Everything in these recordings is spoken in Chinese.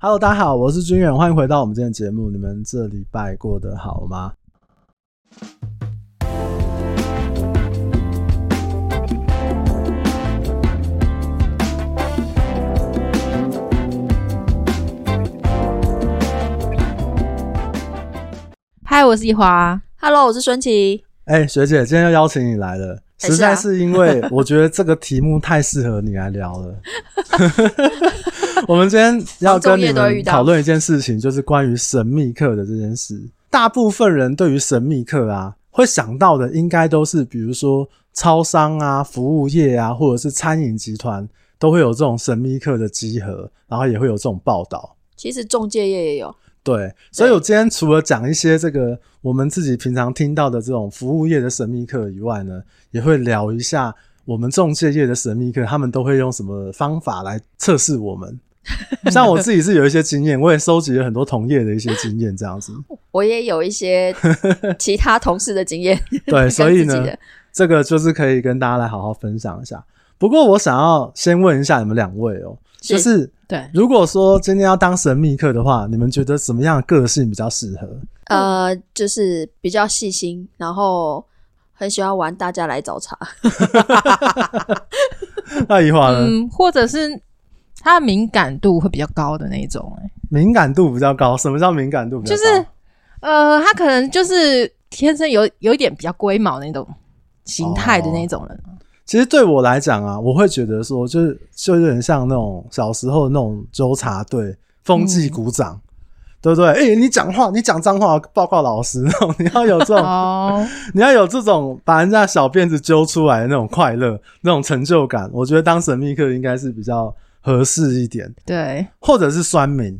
Hello，大家好，我是君远，欢迎回到我们今天的节目。你们这礼拜过得好吗？嗨，我是一华。 Hello，我是孙琦。哎、学姐，今天又邀请你来了，还是啊实在是因为我觉得这个题目太适合你来聊了。 我们今天要跟你房仲业都会遇们到讨论一件事情，就是关于神秘客的这件事。大部分人对于神秘客啊，会想到的应该都是比如说超商啊、服务业啊，或者是餐饮集团都会有这种神秘客的集合，然后也会有这种报道。其实中介业也有，对，所以我今天除了讲一些这个我们自己平常听到的这种服务业的神秘客以外呢，也会聊一下我们中介业的神秘客，他们都会用什么方法来测试我们。像我自己是有一些经验，我也收集了很多同业的一些经验，这样子。我也有 一些其他同事的经验。对，跟所以自呢己的，这个就是可以跟大家来好好分享一下。不过我想要先问一下你们两位哦，就是是对，如果说今天要当神秘客的话，你们觉得什么样的个性比较适合？呃，就是比较细心，然后很喜欢玩大家来找茬。 那怡华呢？嗯，或者是他的敏感度会比较高的那一种、哎，敏感度比较高。什么叫敏感度比较就高？是呃，他可能就是天生有有一点比较龟毛那种形态的那种人。其实对我来讲啊，我会觉得说，就是就有点像那种小时候那种纠察队风纪鼓掌。嗯对不哦对？哎、你讲话，你讲脏话，报告老师，那种你要有 这种，哦，你要有这种把人家小辫子揪出来的那种快乐，那种成就感。我觉得当神秘客应该是比较合适一点，对，或者是酸民，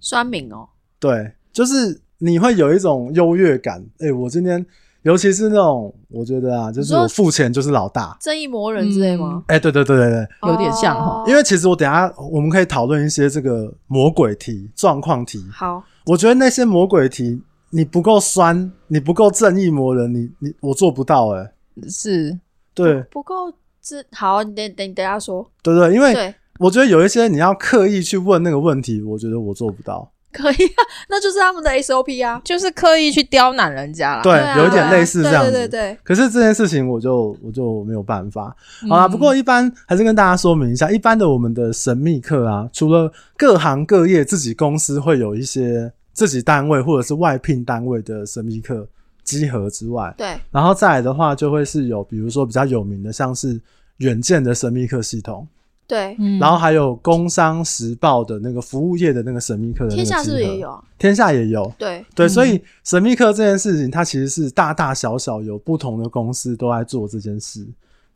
酸敏哦，对，就是你会有一种优越感。哎、我今天，尤其是那种，我觉得啊，就是说我付钱就是老大，正义魔人之类吗？哎、对对对对对，有点像哦因为其实我等一下我们可以讨论一些这个魔鬼题、状况题。好，我觉得那些魔鬼题，你不够酸，你不够正义魔人，你你我做不到哎、是对不过这好，你等等你等一下说。对对，因为对，我觉得有一些你要刻意去问那个问题，我觉得我做不到。可以啊，那就是他们的 SOP 啊。就是刻意去刁难人家啦。对啊有一点类似这样子对对对可是这件事情，我就我就没有办法。嗯好啦，不过一般还是跟大家说明一下，一般的我们的神秘客啊，除了各行各业自己公司会有一些自己单位或者是外聘单位的神秘客集合之外，对对，然后再来的话就会是有，比如说比较有名的，像是远见的神秘客系统，对，嗯然后还有工商时报的那个服务业的那个神秘客的那个天下是不是集合也？有啊？天下也有。对，对，所以神秘客这件事情，它其实是大大小小有不同的公司都在做这件事。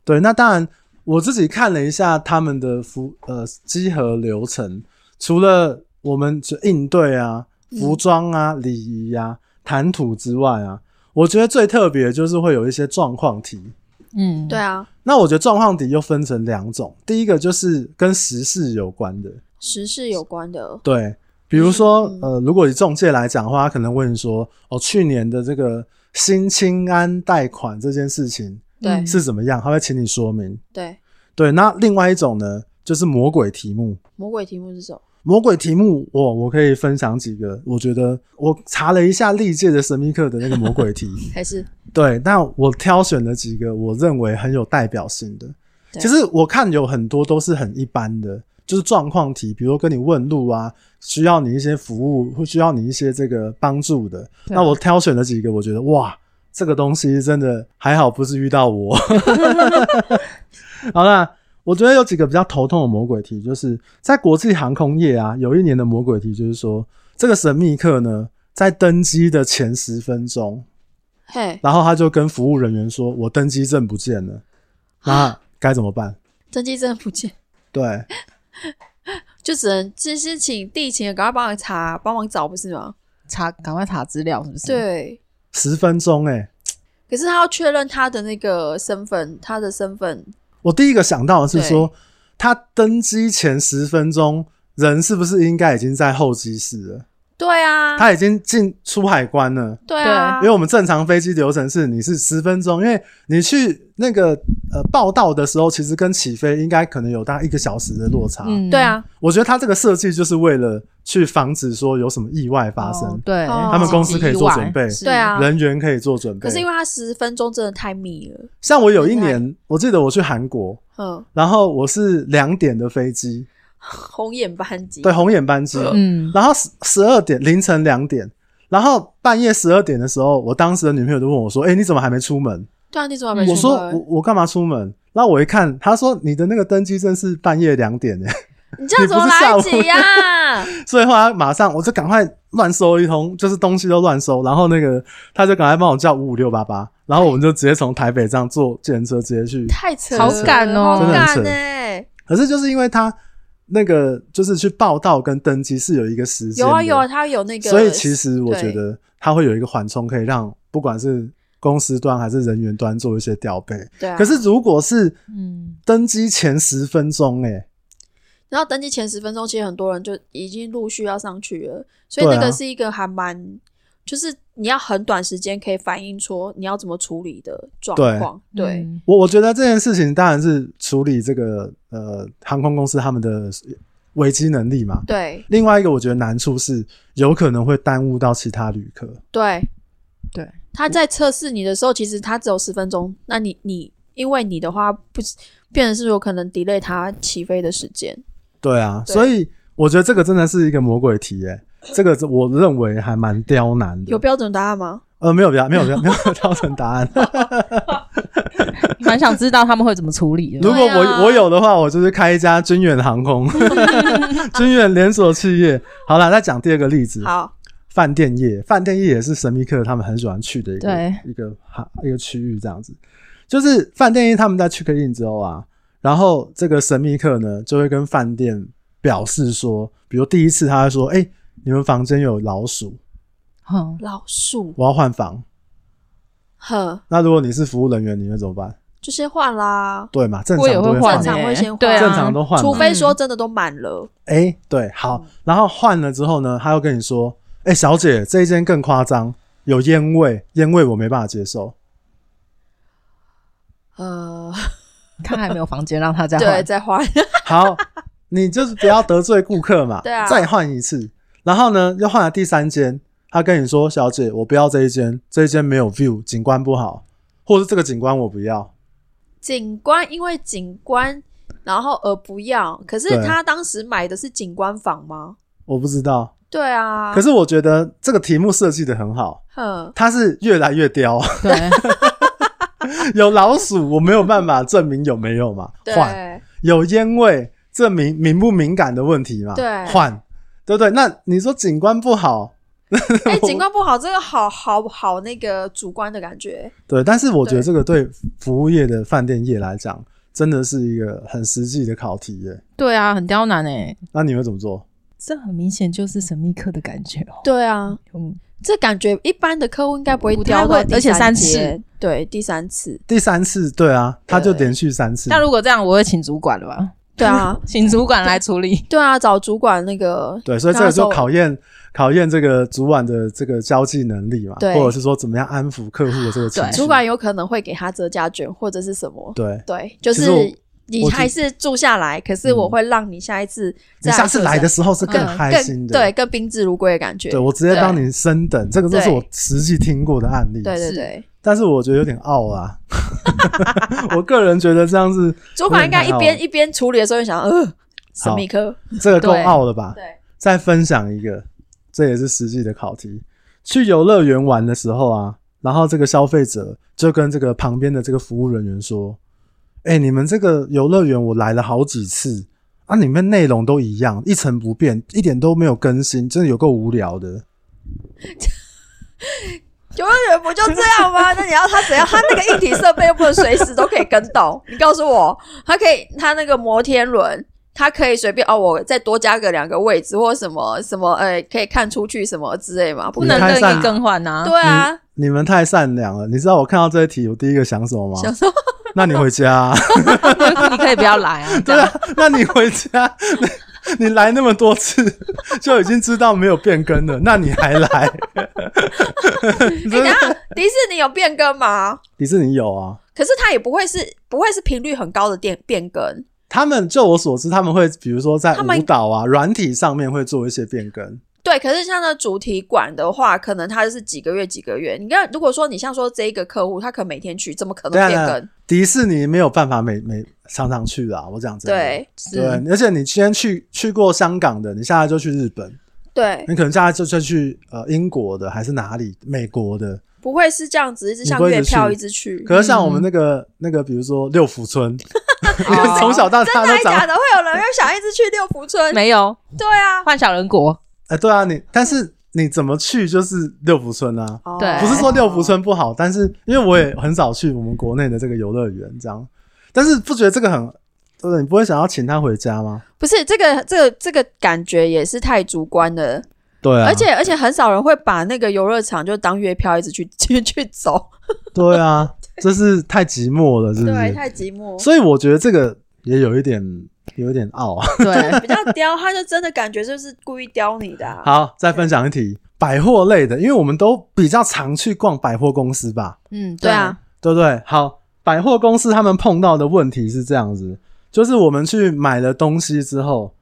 对，那当然我自己看了一下他们的服呃集合流程，除了我们就应对啊、服装啊、礼仪啊、谈吐之外啊，我觉得最特别的就是会有一些状况题。嗯，对，啊，那我觉得状况题又分成两种，第一个就是跟时事有关的，时事有关的，对，比如说，嗯呃，如果以中介来讲的话，他可能问你说，哦，去年的这个新青安贷款这件事情对嗯是怎么样，他会请你说明。对，对，那另外一种呢，就是魔鬼题目。魔鬼题目是什么？魔鬼题目，我我可以分享几个，我觉得我查了一下历届的神秘客的那个魔鬼题，还是对，那我挑选了几个我认为很有代表性的。对其实我看有很多都是很一般的，就是状况题，比如说跟你问路啊，需要你一些服务，或需要你一些这个帮助的。对那我挑选了几个，我觉得哇，这个东西真的还好，不是遇到我。 好啦，我觉得有几个比较头痛的魔鬼题，就是在国际航空业啊，有一年的魔鬼题就是说，这个神秘客呢，在登机的前十分钟，嘿，然后他就跟服务人员说：“我登机证不见了，啊那该怎么办登记证不见，？”对，就只能这些请地勤的赶快帮忙查，帮忙找，不是吗？查赶快查资料是不是？，对，十分钟哎、可是他要确认他的那个身份，他的身份，我第一个想到的是对说，他登机前十分钟，人是不是应该已经在候机室了？对啊，它已经进出海关了。对啊，因为我们正常飞机流程是你是十分钟，因为你去那个呃报道的时候，其实跟起飞应该可能有大概一个小时的落差。嗯，对，啊，我觉得它这个设计就是为了去防止说有什么意外发生，哦对，哦他们公司可以做准备是对啊，人员可以做准备。可是因为它十分钟真的太密了，像我有一年，我记得我去韩国，嗯，然后我是两点的飞机，红眼班级，对红眼班机，嗯，然后十十二点凌晨两点，然后半夜十二点的时候，我当时的女朋友就问我说：“哎、你怎么还没出门对啊，你怎么还？”没我说出：“门我我干嘛出门？”然后我一看，她说：“你的那个登机证是半夜两点的。你这样怎么来得及呀、啊？” 所以后来马上我就赶快乱搜一通，就是东西都乱搜，然后那个她就赶快帮我叫五五六八八，然后我们就直接从台北这样坐计程车直接去。太扯了，好赶哦好欸赶真呢、的可是就是因为她那个就是去报道跟登机是有一个时间有的，啊有啊，他有那个，所以其实我觉对得它会有一个缓冲，可以让不管是公司端还是人员端做一些调配。对啊，可是如果是嗯，登机前十分钟、欸，然后登记前十分钟，其实很多人就已经陆续要上去了，所以那对啊个是一个还蛮，就是你要很短时间可以反映出你要怎么处理的状况，对，嗯，我我觉得这件事情当然是处理这个呃航空公司他们的危机能力嘛。对，另外一个我觉得难处是有可能会耽误到其他旅客。对，对，他在测试你的时候，其实他只有十分钟，那你你因为你的话不是变成是有可能 delay 他起飞的时间，对啊，对所以我觉得这个真的是一个魔鬼题、欸， 这个我认为还蛮刁难的。有标准答案吗？呃，没有标，没有 标，没有标准答 案。啊蛮想知道他们会怎么处理的如。果我、对啊我有的话，我就是开一家军远航 空，军远连锁企业。好了，再讲第二个例子，好，饭店业，饭店业也是神秘客他们很喜欢去的一个对一个哈一个区域，这样子。就是饭店业他们在 check in 之后啊，然后这个神秘客呢就会跟饭店表示说，比如第一次他会说：“哎、你们房间有老鼠，嗯，老鼠，我要换房。呵，”那如果你是服务人员，你会怎么办？就先换啦，对嘛，正我常也都会会换换正嘛，常欸会先换对啊正常都换嘛，除非说嗯真的都满了，哎、对，好，然后换了之后呢，他又跟你说，哎、小姐，这一间更夸张，有烟味，烟味我没办法接受。呃，看还没有房间让他再对，换。再换，好， 你就是不要得罪顾客嘛，对啊再换一次，然后呢，又换了第三间，他跟你说，小姐，我不要这一间，这一间没有 view，景观不好，或者是这个景观我不要，景观，因为景观，然后而不要。可是对他当时买的是景观房吗？我不知道。对啊，可是我觉得这个题目设计的很好，哼，它是越来越刁， 对，有老鼠，我没有办法证明有没有嘛，换。对，有烟味，这敏敏不敏感的问题嘛，对换，对不对？那你说景观不好，哎，景观不好，这个好好好那个主观的感觉，对，但是我觉得对这个对服务业的饭店业来讲，真的是一个很实际的考题耶。对啊，很刁难哎，那你会怎么做？这很明显就是神秘客的感觉哦。对啊，嗯，这感觉一般的客户应该不会不太挑到会第而且三阶次，对，第 三次，第三次，对啊，他就对连续三次那。如果这样，我会请主管了吧？对啊，请主管来处理。对啊，找主管那个，对，所以这个那时就候考验考验这个主管的这个交际能力嘛，对或者是说怎么样安抚客户的这个情对绪。主管有可能会给他折价券或者是什么，对，对，就其是实我你我还是住下来，可是我会让你下一次你再下次做来这的时候是更嗯开心的。对，更宾至如归的感觉。对我直接对帮你升等，这个都是对我实际听过的案例。对对是对，但是我觉得有点傲啊。 我个人觉得这样是主管应该一有点太傲边一边处理的时候就想，呃，神秘客，这个够傲了吧？对，再分享一个，这也是实际的考题。去游乐园玩的时候啊，然后这个消费者就跟这个旁边的这个服务人员说：“哎、你们这个游乐园我来了好几次啊，里面内容都一样，一成不变，一点都没有更新，真的有够无聊的。”游乐园不就这样吗？那你要他怎样？他那个硬体设备又不能随时都可以跟动。你告诉我，他可以，他那个摩天轮，他可以随便哦，我再多加个两个位置或什么什么，呃，可以看出去什么之类嘛？不不你能开任散意更换呐、 啊。对啊，你们太善良了，你知道我看到这一题，我第一个想什么吗？想说那你回家啊、 你可以不要来啊。对啊，那你回家，你来那么多次，就已经知道没有变更了，那你还来？ 哎、等一下，迪士尼有变更吗？迪士尼有啊，可是它也不会是不会是频率很高的变变更，他们就我所知，他们会比如说在他们舞蹈啊、软体上面会做一些变更。对，可是像那主题馆的话，可能它就是几个月几个月。你看，如果说你像说这一个客户，他可能每天去，怎么可对能啊变对啊更？，迪士尼没有办法每每常常去啦，我讲真的。对是对，而且你先去去过香港的，你下来就去日本，对，你可能下来就就去呃英国的，还是哪里美国的。不会是这样子，一直像你不会月一直票去一直去。可是像嗯我们那个、那个，比如说六福 村，哦 从小到大真都的长假的？会有人会想一直去六福村？没有对啊，换小人国，哎、对啊，你但是你怎么去就是六福村啊？哦对不是说六福村不好，但是因为我也很少去我们国内的这个游乐园，这样，但是不觉得这个很，对不对？你不会想要请他回家吗？不是这个这个这个感觉也是太主观了，对啊，而且而且很少人会把那个游乐场就当月票一直去去去走，对啊，这是太寂寞了，是不对，啊是？太寂寞。所以我觉得这个也有一点有一点傲啊。 对，比较刁，他就真的感觉就是故意刁你的、啊。好，再分享一题百货类的，因为我们都比较常去逛百货公司吧。嗯，对啊，对不对？好，百货公司他们碰到的问题是这样子，就是我们去买了东西之后，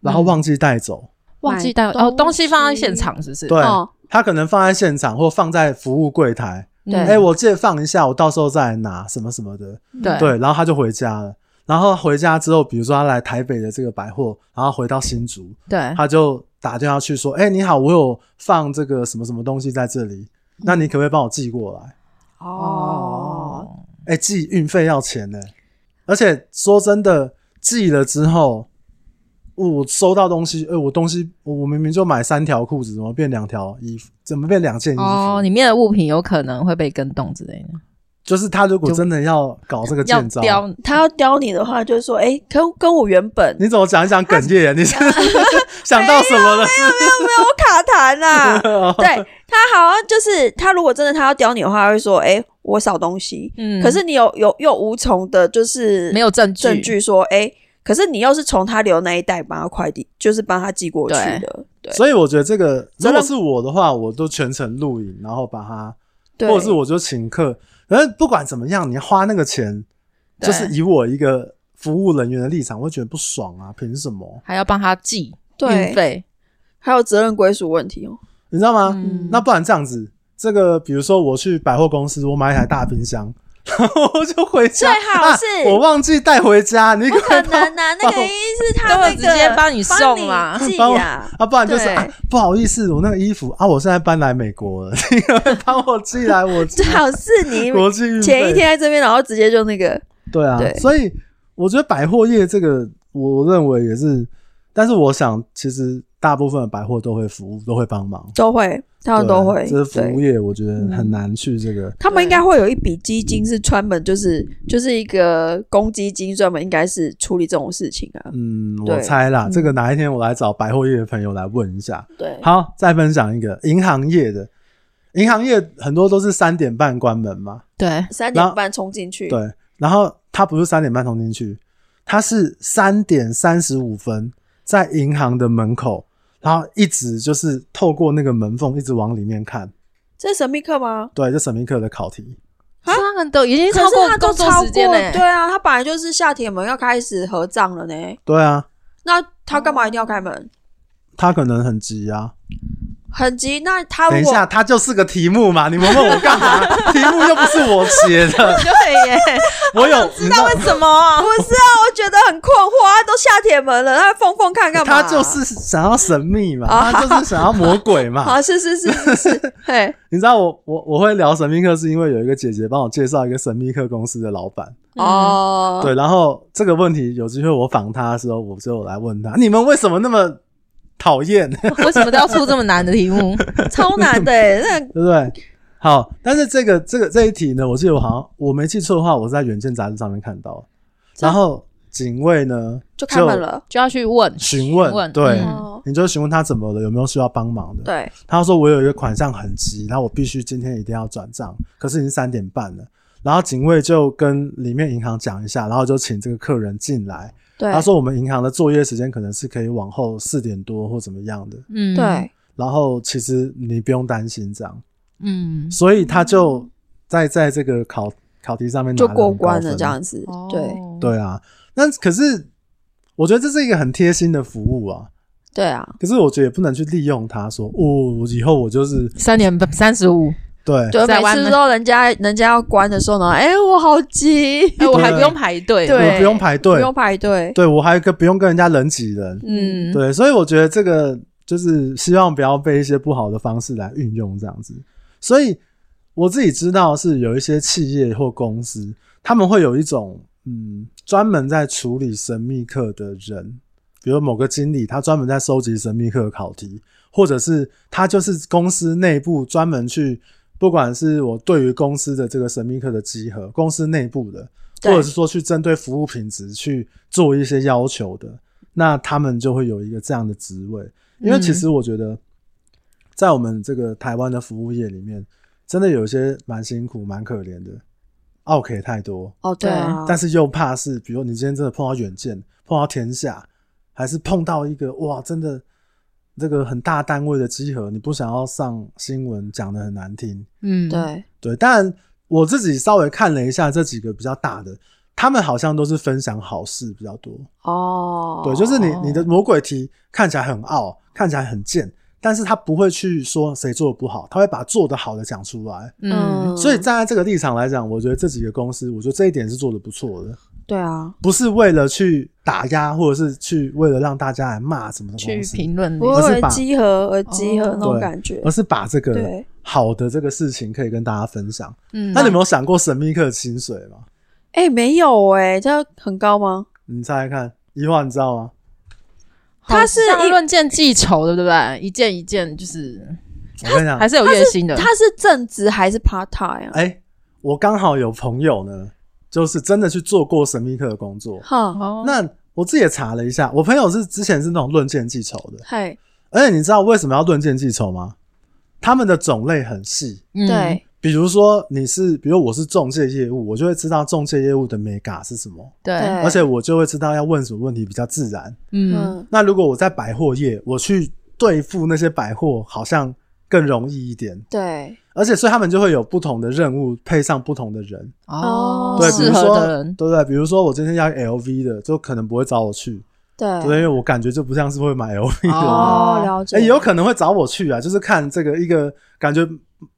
然后忘记带走，忘记带买哦，东东西西放在现场是不是？对，哦他可能放在现场或放在服务柜台，对哎、嗯我借放一下，我到时候再来拿什么什么的，对对，然后他就回家了。然后回家之后，比如说他来台北的这个百货，然后回到新竹，对他就打电话去说：“哎、你好，我有放这个什么什么东西在这里，那你可不可以帮我寄过来？”哦，，哎、寄运费要钱呢、而且说真的，寄了之后，我收到东西，哎、我东西我我明明就买三条裤子，怎么变两条衣服？怎么变两件衣服？哦，里面的物品有可能会被跟动之类的，就是他如果真的要搞这个要建招，雕他要刁你的话，就是说，哎、跟跟我原本你怎么讲一讲哽咽？ 你是 想到什么了？啊没有啊卡痰 啦、是对他好像就是他，如果真的他要刁你的话，他会说，哎、我少东西。嗯可是你有有又无从的，就是没有证据，证据说，哎、可是你又是从他留那一袋帮他快递，就是帮他寄过去的，对所以我觉得这个，如真的果是我的话，我都全程录影，然后把它，对，或者是我就请客。反正不管怎么样，你花那个钱，对就是以我一个服务人员的立场，我会觉得不爽啊！凭什么？还要帮他寄运对，费，还有责任归属问题哦。你知道吗？嗯那不然这样子，这个比如说我去百货公司，我买一台大冰箱， 然后我就回家，最好是啊我忘记带回家，你可不不可可以帮能啊，那个一定是他 都那会个直接帮你送啊 帮你寄帮我啊。啊，不然就是对啊，不好意思，我那个衣服啊，我现在搬来美国了， 你可不可以帮我寄来我 最好是 你国际运费前一天在这边，然后直接就那个，对啊，对所以我觉得百货业这个，我认为也是，但是我想其实大部分的百货都会服务，都会帮忙，都会，他们哦都对啊会。这是服务对，业，我觉得很难去这个。他们应该会有一笔基金是专门就是就是一个公积金，专门应该是处理这种事情啊。嗯，对我猜啦，这个哪一天我来找百货业的朋友来问一下。对，好，再分享一个银行业的，银行业很多都是三点半关门嘛，对，三然点后半冲进去，对，然后他不是三点半冲进去，他是三点三十五分在银行的门口，然后一直就是透过那个门缝一直往里面看。这是神秘客吗？对，这神秘课的考题，是他很都已经可超是过他都工作超过，时间嘞，对啊，他本来就是下铁门要开始合账了呢，对啊，那他干嘛一定要开门？他可能很急啊。很急，那他等如一果下，他就是个题目嘛，你们问我干 嘛？题目又不是我写的，对耶， 我有你知道为什么？不是啊，我觉得很困惑啊，都下铁门了，他缝缝看干嘛？他就是想要神秘嘛，啊他就是想要魔鬼 嘛。啊，是是是是是，嘿， 你知道我我我会聊神秘客，是因为有一个姐姐帮我介绍一个神秘客公司的老板，哦，对，然后这个问题有机会我访他的时候，我就来问他，你们为什么那么讨厌， 对 为什么都要出这么难的题 目？超难的欸，那不对？好，但是这个这个这一题呢，我记得我好像我没记错的话，我是在《远见》杂志上面看到的，然后警卫呢啊就开门了。哦就要去问询问，对，嗯你就询问他怎么了，有没有需要帮忙的。对，他说我有一个款项很急，然后我必须今天一定要转账，可是已经三点半了。然后警卫就跟里面银行讲一下，然后就请这个客人进来，对他说我们银行的作业时间可能是可以往后四点多或怎么样的，嗯，对，然后其实你不用担心这样，嗯，所以他就在在这个考考题上面拿就得过很高关了分这样子，对哦，对啊，那可是我觉得这是一个很贴心的服务啊，对啊，可是我觉得也不能去利用它说，哦，以后我就是三点三十五，对就在每外次面之后人家人家要关的时候呢，哎，我好急，哎，我还对不用排队，对我不用排不队，用排队，对我还跟不用跟人家人挤人，嗯，对，所以我觉得这个就是希望不要被一些不好的方式来运用这样子。所以我自己知道是有一些企业或公司，他们会有一种嗯，专门在处理神秘客的人，比如某个经理，他专门在收集神秘客的考题，或者是他就是公司内部专门去。不管是我对于公司的这个神秘客的集合，公司内部的，或对者是说去针对服务品质去做一些要求的，那他们就会有一个这样的职位。因为其实我觉得，在我们这个台湾的服务业里面，真的有一些蛮辛苦、蛮可怜的，奥 K 太多，哦对啊，但是又怕是，比如你今天真的碰到远见，碰到天下，还是碰到一个哇，真的这个很大单位的集合，你不想要上新闻，讲的很难听，嗯，对对，但我自己稍微看了一下这几个比较大的，他们好像都是分享好事比较多。哦，对，就是你你的魔鬼题看起来很傲，看起来很贱，但是他不会去说谁做的不好，他会把做的好的讲出来。嗯，所以站在这个立场来讲，我觉得这几个公司，我觉得这一点是做的不错的，对啊，不是为了去打压，或者是去为了让大家来骂什么的去公司，评论不你，嗯会而是为把集合而集合哦那种对感觉而，是把这个对好的这个事情可以跟大家分享。嗯，那你有没有想过神秘客的薪水吗？哎，没有哎，这很高吗？你猜猜看，一化你知道吗？好他是像一论件计酬的，对不对？一件一件就是我跟你讲还，是有月薪的，他是正职还是 part time 啊？哎、我刚好有朋友呢，就是真的去做过神秘客的工作，哈，哦那我自己也查了一下，我朋友是之前是那种论剑记仇的，嘿，而且你知道为什么要论剑记仇吗？他们的种类很细，嗯对，比如说你是，比如我是中介业务，我就会知道中介业务的 mega 是什么，对，对而且我就会知道要问什么问题比较自然。嗯，嗯，那如果我在百货业，我去对付那些百货，好像更容易一点。对，而且，所以他们就会有不同的任务，配上不同的人，哦，对，比适如合说的，人，对不对？比如说我今天要 LV 的，就可能不会找我去，对，对，因为我感觉就不像是会买 LV 的人。哦哦，了解，哎、有可能会找我去啊，就是看这个一个感觉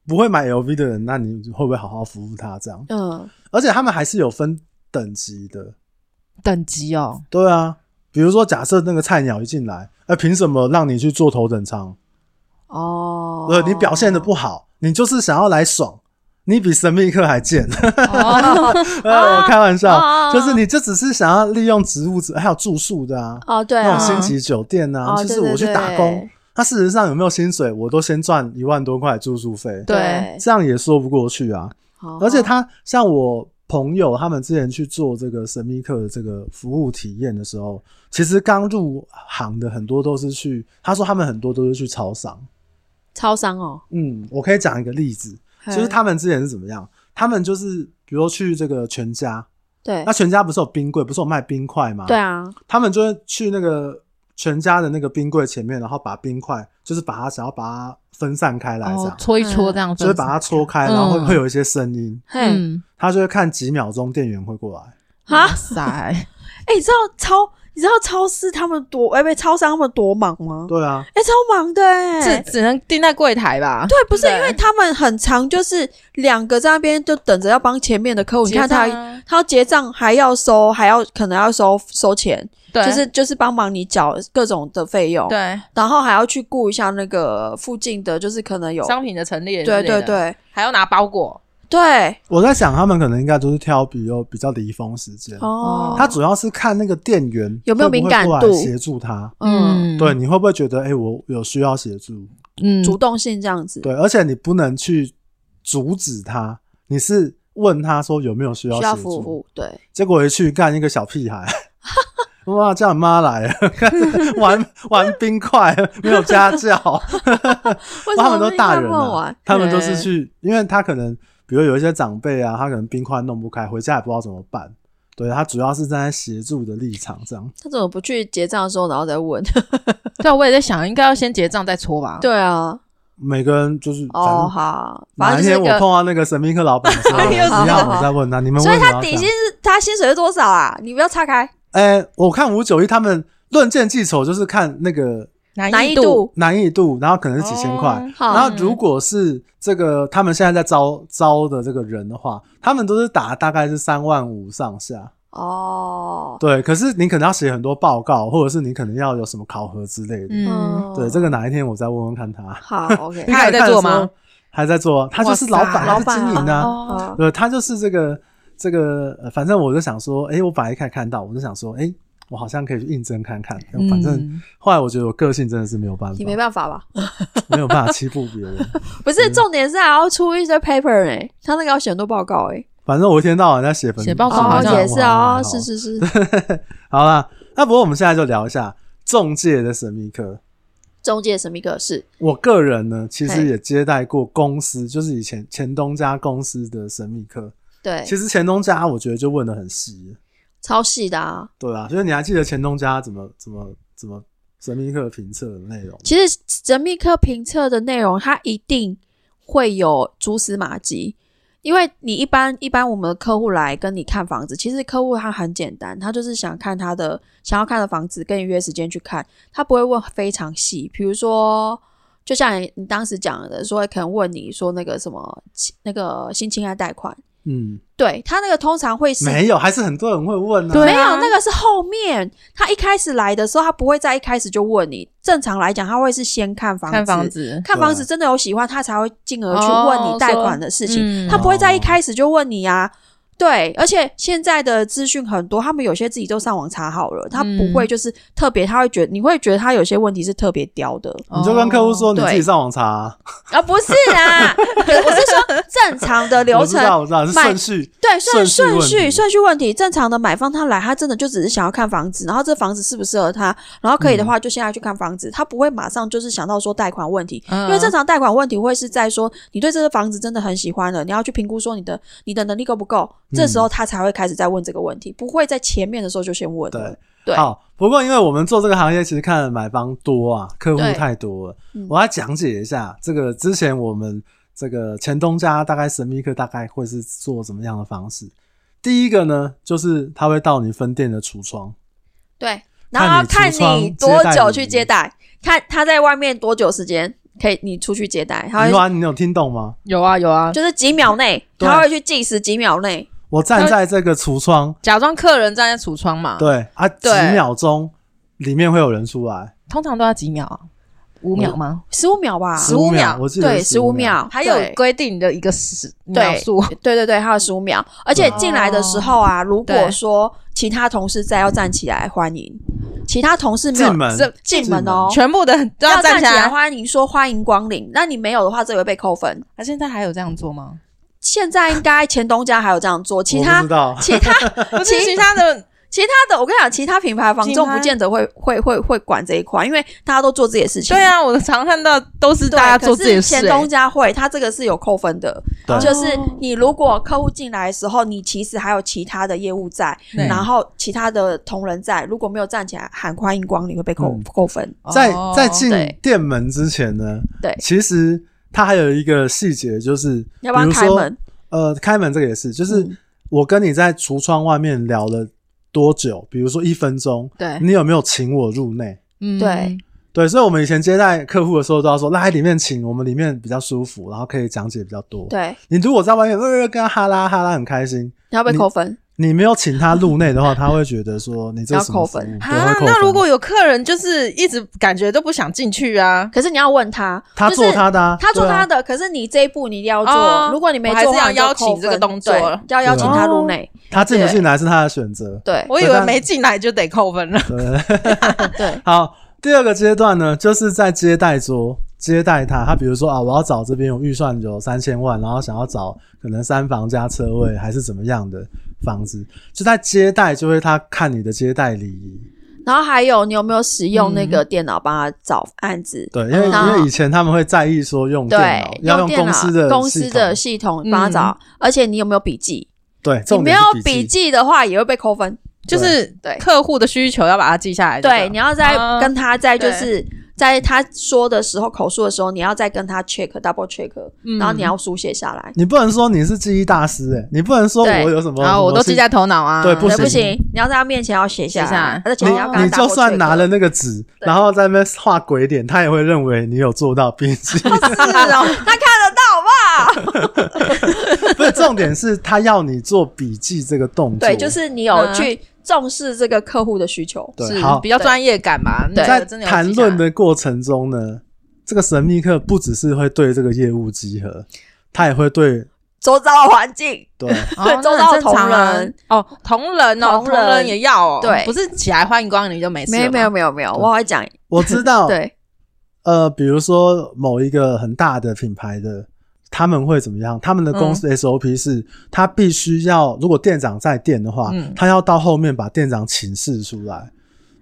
不会买 LV 的人，那你会不会好好服务他这样？嗯，而且他们还是有分等级的，等级哦，对啊，比如说假设那个菜鸟一进来，哎、凭什么让你去做头等舱？哦，呃，你表现的不好，你就是想要来爽，你比神秘客还贱。 哦，呃，我开玩笑，啊就是你这只是想要利用职务，还有住宿的啊，哦，对那啊，种星级酒店啊，哦就是对对我去打对工，那事实上有没有薪水，我都先赚一万多块住宿费，对对，这样也说不过去啊。好而且他像我朋友他们之前去做这个神秘客的这个服务体验的时候，其实刚入行的很多都是去，他说他们很多都是去超商。超商哦，嗯，我可以讲一个例子，就是嘿他们之前是怎么样，他们就是比如去这个全家，对那全家不是有冰柜，不是有卖冰块吗？对啊，他们就会去那个全家的那个冰柜前面，然后把冰块就是把它想要把它分散开哦来，这样、搓一搓这样子，就会把它搓开，然后会嗯会有一些声音，嘿，嗯，他就会看几秒钟，店员会过来。哈哇， 塞，哎，你知道超你知道超市他们多哎不超商他们多忙吗？对啊，哎，超忙的哎，只只能定在柜台吧？对，不是对因为他们很长，就是两个在那边就等着要帮前面的客户，你看他结账啊他要结账还要收，还要可能要收收钱，对，就是就是帮忙你缴各种的费用，对然后还要去顾一下那个附近的，就是可能有商品的陈列之对类的，对对还要拿包裹，对我在想他们可能应该都是挑比较比较离峰时间，哦，他主要是看那个店员有没有会不会敏感过来度协助他。嗯对，，你会不会觉得，哎、我有需要协助？嗯，主动性这样子，对，而且你不能去阻止他，你是问他说有没有需要需要协服助。务对。结果一去干一个小屁 孩，哇，叫你妈来了， 玩玩冰块，没有家教，为什他么们都大人那么了、晚？他们都是去，因为他可能比如有一些长辈啊，他可能冰块弄不开，回家也不知道怎么办，对他主要是站在协助的立场这样。他怎么不去结账的时候然后再 问？对啊，我也在想，应该要先结账再搓吧。，对啊，每个人就是反哦正好，反哪一正就是天我一个。哎碰到那个神秘客老板的 时候，又是一样他我再问他，你们 所以为什么他要这底样薪是他薪水是多少啊？你不要岔开。哎、我看五九一他们论剑记仇就是看那个难难易易度难易度，然后可能是几千块。哦嗯好然后如果是这个他们现在在招招的这个人的话，他们都是打大概是三万五上下。哦，对，可是你可能要写很多报告，或者是你可能要有什么考核之类的。嗯，对，这个哪一天我再问问看他。 好，OK，他还在做吗？还在做，啊他就是老板，他哇是塞经营啊。哦，好对，他就是这个这个、呃，反正我就想说，诶，我本来看看到，我就想说，诶，我好像可以去应征看看。反正嗯后来我觉得我个性真的是没有办法，你没办法吧？没有办法欺负别人。不是，重点是还要出一堆 paper 哎、他那个要写很多报告哎、反正我一天到晚在写本写报告好哦，像也是啊，我哦，是。是是，好啦，那不过我们现在就聊一下中介的神秘客。中介神秘客是我个人呢，其实嘿也接待过公司，就是以前前东家公司的神秘客。对，其实前东家我觉得就问的很细，超细的啊。对啊，就是你还记得前东家怎么怎么怎么神秘客评测的内容吗？其实神秘客评测的内容，它一定会有蛛丝马迹，因为你一般一般我们的客户来跟你看房子，其实客户他很简单，他就是想看他的想要看的房子，跟你约时间去看，他不会问非常细，比如说。就像你你当时讲的，说可能问你说那个什么那个新青安贷款，嗯，对他那个通常会是没有，还是很多人会问啊。对没有，啊那个是后面。他一开始来的时候，他不会在一开始就问你。正常来讲，他会是先看房子，看房子，看房子真的有喜欢，他才会进而去问你贷款的事情。哦说嗯他不会在一开始就问你啊。对，而且现在的资讯很多，他们有些自己都上网查好了，他不会就是特别，他会觉得你会觉得他有些问题是特别刁的你就跟客户说你自己哦对上网查啊，啊，不是啊， 我是说正常的流我知程，道，我知道是买顺序。对，顺顺序顺问题序顺序问题，正常的买方他来，他真的就只是想要看房子，然后这房子适不适合他，然后可嗯以的话就现在去看房子，他不会马上就是想到说贷款问题，因嗯因为正常贷款问题会是在说你对这个房子真的很喜欢了，你要去评估说你的你的能力够不够，这嗯时候他才会开始在问这个问题，不会在前面的时候就先问了。对对好，不过因为我们做这个行业，其实看的买方多啊，客户对太多了嗯。我来讲解一下这个之前我们这个前东家大概神秘客大概会是做怎么样的方式。第一个呢，就是他会到你分店的橱窗，对，然后要看看你橱窗你多久去接接待，看他在外面多久时间可以你出去接待，他你会完，你有听懂吗？有啊有啊，就是几秒内，对他会去计时几秒内。我站在这个橱窗，假装客人站在橱窗嘛，，对啊，几对秒钟里面会有人出来，通常都要几秒啊，五秒吗？十五秒吧， 15 15秒我记得对，十十五。秒，还有对规定的一个时秒数，对对对，还有十五秒。而且进来的时候啊，如果对说其他同事在，要站起来欢迎；其他同事没有进门这进门哦，全部的都要站站起起来来。欢迎，说欢迎光临。那你没有的话，这个会被扣分。他啊现在还有这样做吗？现在应该前东家还有这样做，其我他不知道，其他不是其他的，其他的，我跟你讲，其他品牌房品仲牌不见得会会会会管这一块，因为大家都做自己的事情。对啊，我常看到都是对，大家做自己的事、欸可是前东家会，他这个是有扣分的，对就是你如果客户进来的时候，你其实还有其他的业务在，对然后其他的同仁在，如果没有站起来喊欢迎光临，会被扣、嗯扣分。欸在哦在进对店门之前呢，对其实它还有一个细节，就是要不然比如开说门，呃，开门这个也是，就是嗯我跟你在橱窗外面聊了多久，比如说一分钟，对你有没有请我入内？嗯对对，所以我们以前接待客户的时候都要说，来里面请，我们里面比较舒服，然后可以讲解比较多。，对，你如果在外面呃呃跟他哈拉哈拉很开心，然后被扣分。你没有请他入内的 话，他会觉得说你这要是什么扣服务分对会啊扣，分那如果有客人就是一直感觉都不想进去啊，可是你要问他，他就是做他的啊，他做对啊他的，可是你这一步你一定要做。哦如果你没我还做是的要话，你就邀请扣分这个动作对了要邀请对他入内。他进不进来是他的选择。对我以为没进来就得扣分了。对，对，好，第二个阶段呢，就是在接待桌接待他。他比如说啊，我要找这边有预算有三千万，然后想要找可能三房加车位还是怎么样的房子，就在接待就会他看你的接待礼仪。然后还有你有没有使用那个电脑帮他找案子？对，因为、嗯因为以前他们会在意说用电对脑，，要用用电公脑司的公系司统嗯的系统帮他找，而且你有没有笔记？对，你重没点有是笔笔记，记的话，也会被扣分。 就是对客户的需求要把它记下来就对了。对，你要在啊跟他在就是在他说的时候口述的时候，你要再跟他 check double check，嗯然后你要书写下来。你不能说你是记忆大师哎、你不能说对我有什么，然哦后我都记在头脑啊，对不对，行不行，你要在他面前要写下写下来来，而且你你要跟他你 double 就算 check 拿了那个纸，然后在那边画鬼脸，他也会认为你有做到笔记。 是哦，他看得到好不好？不是重点是他要你做笔记这个动作，对，就是你有去重视这个客户的需求。对。是好比，较专业感吧？那个在真的有谈记下来论的过程中呢，这个神秘客不只是会对这个业务集合，他也会对周遭的环境，对 哦，周那遭很正常啊同仁哦，同人哦，同同人人也要哦，对不是起来欢迎光临就没事了没有吗没有没有没有，啊对我会讲，我知道，对，呃，比如说某一个很大的品牌的，他们会怎么样？他们的公嗯司 SOP 是，他必须要，如果店长在店的话，嗯他要到后面把店长请示出来。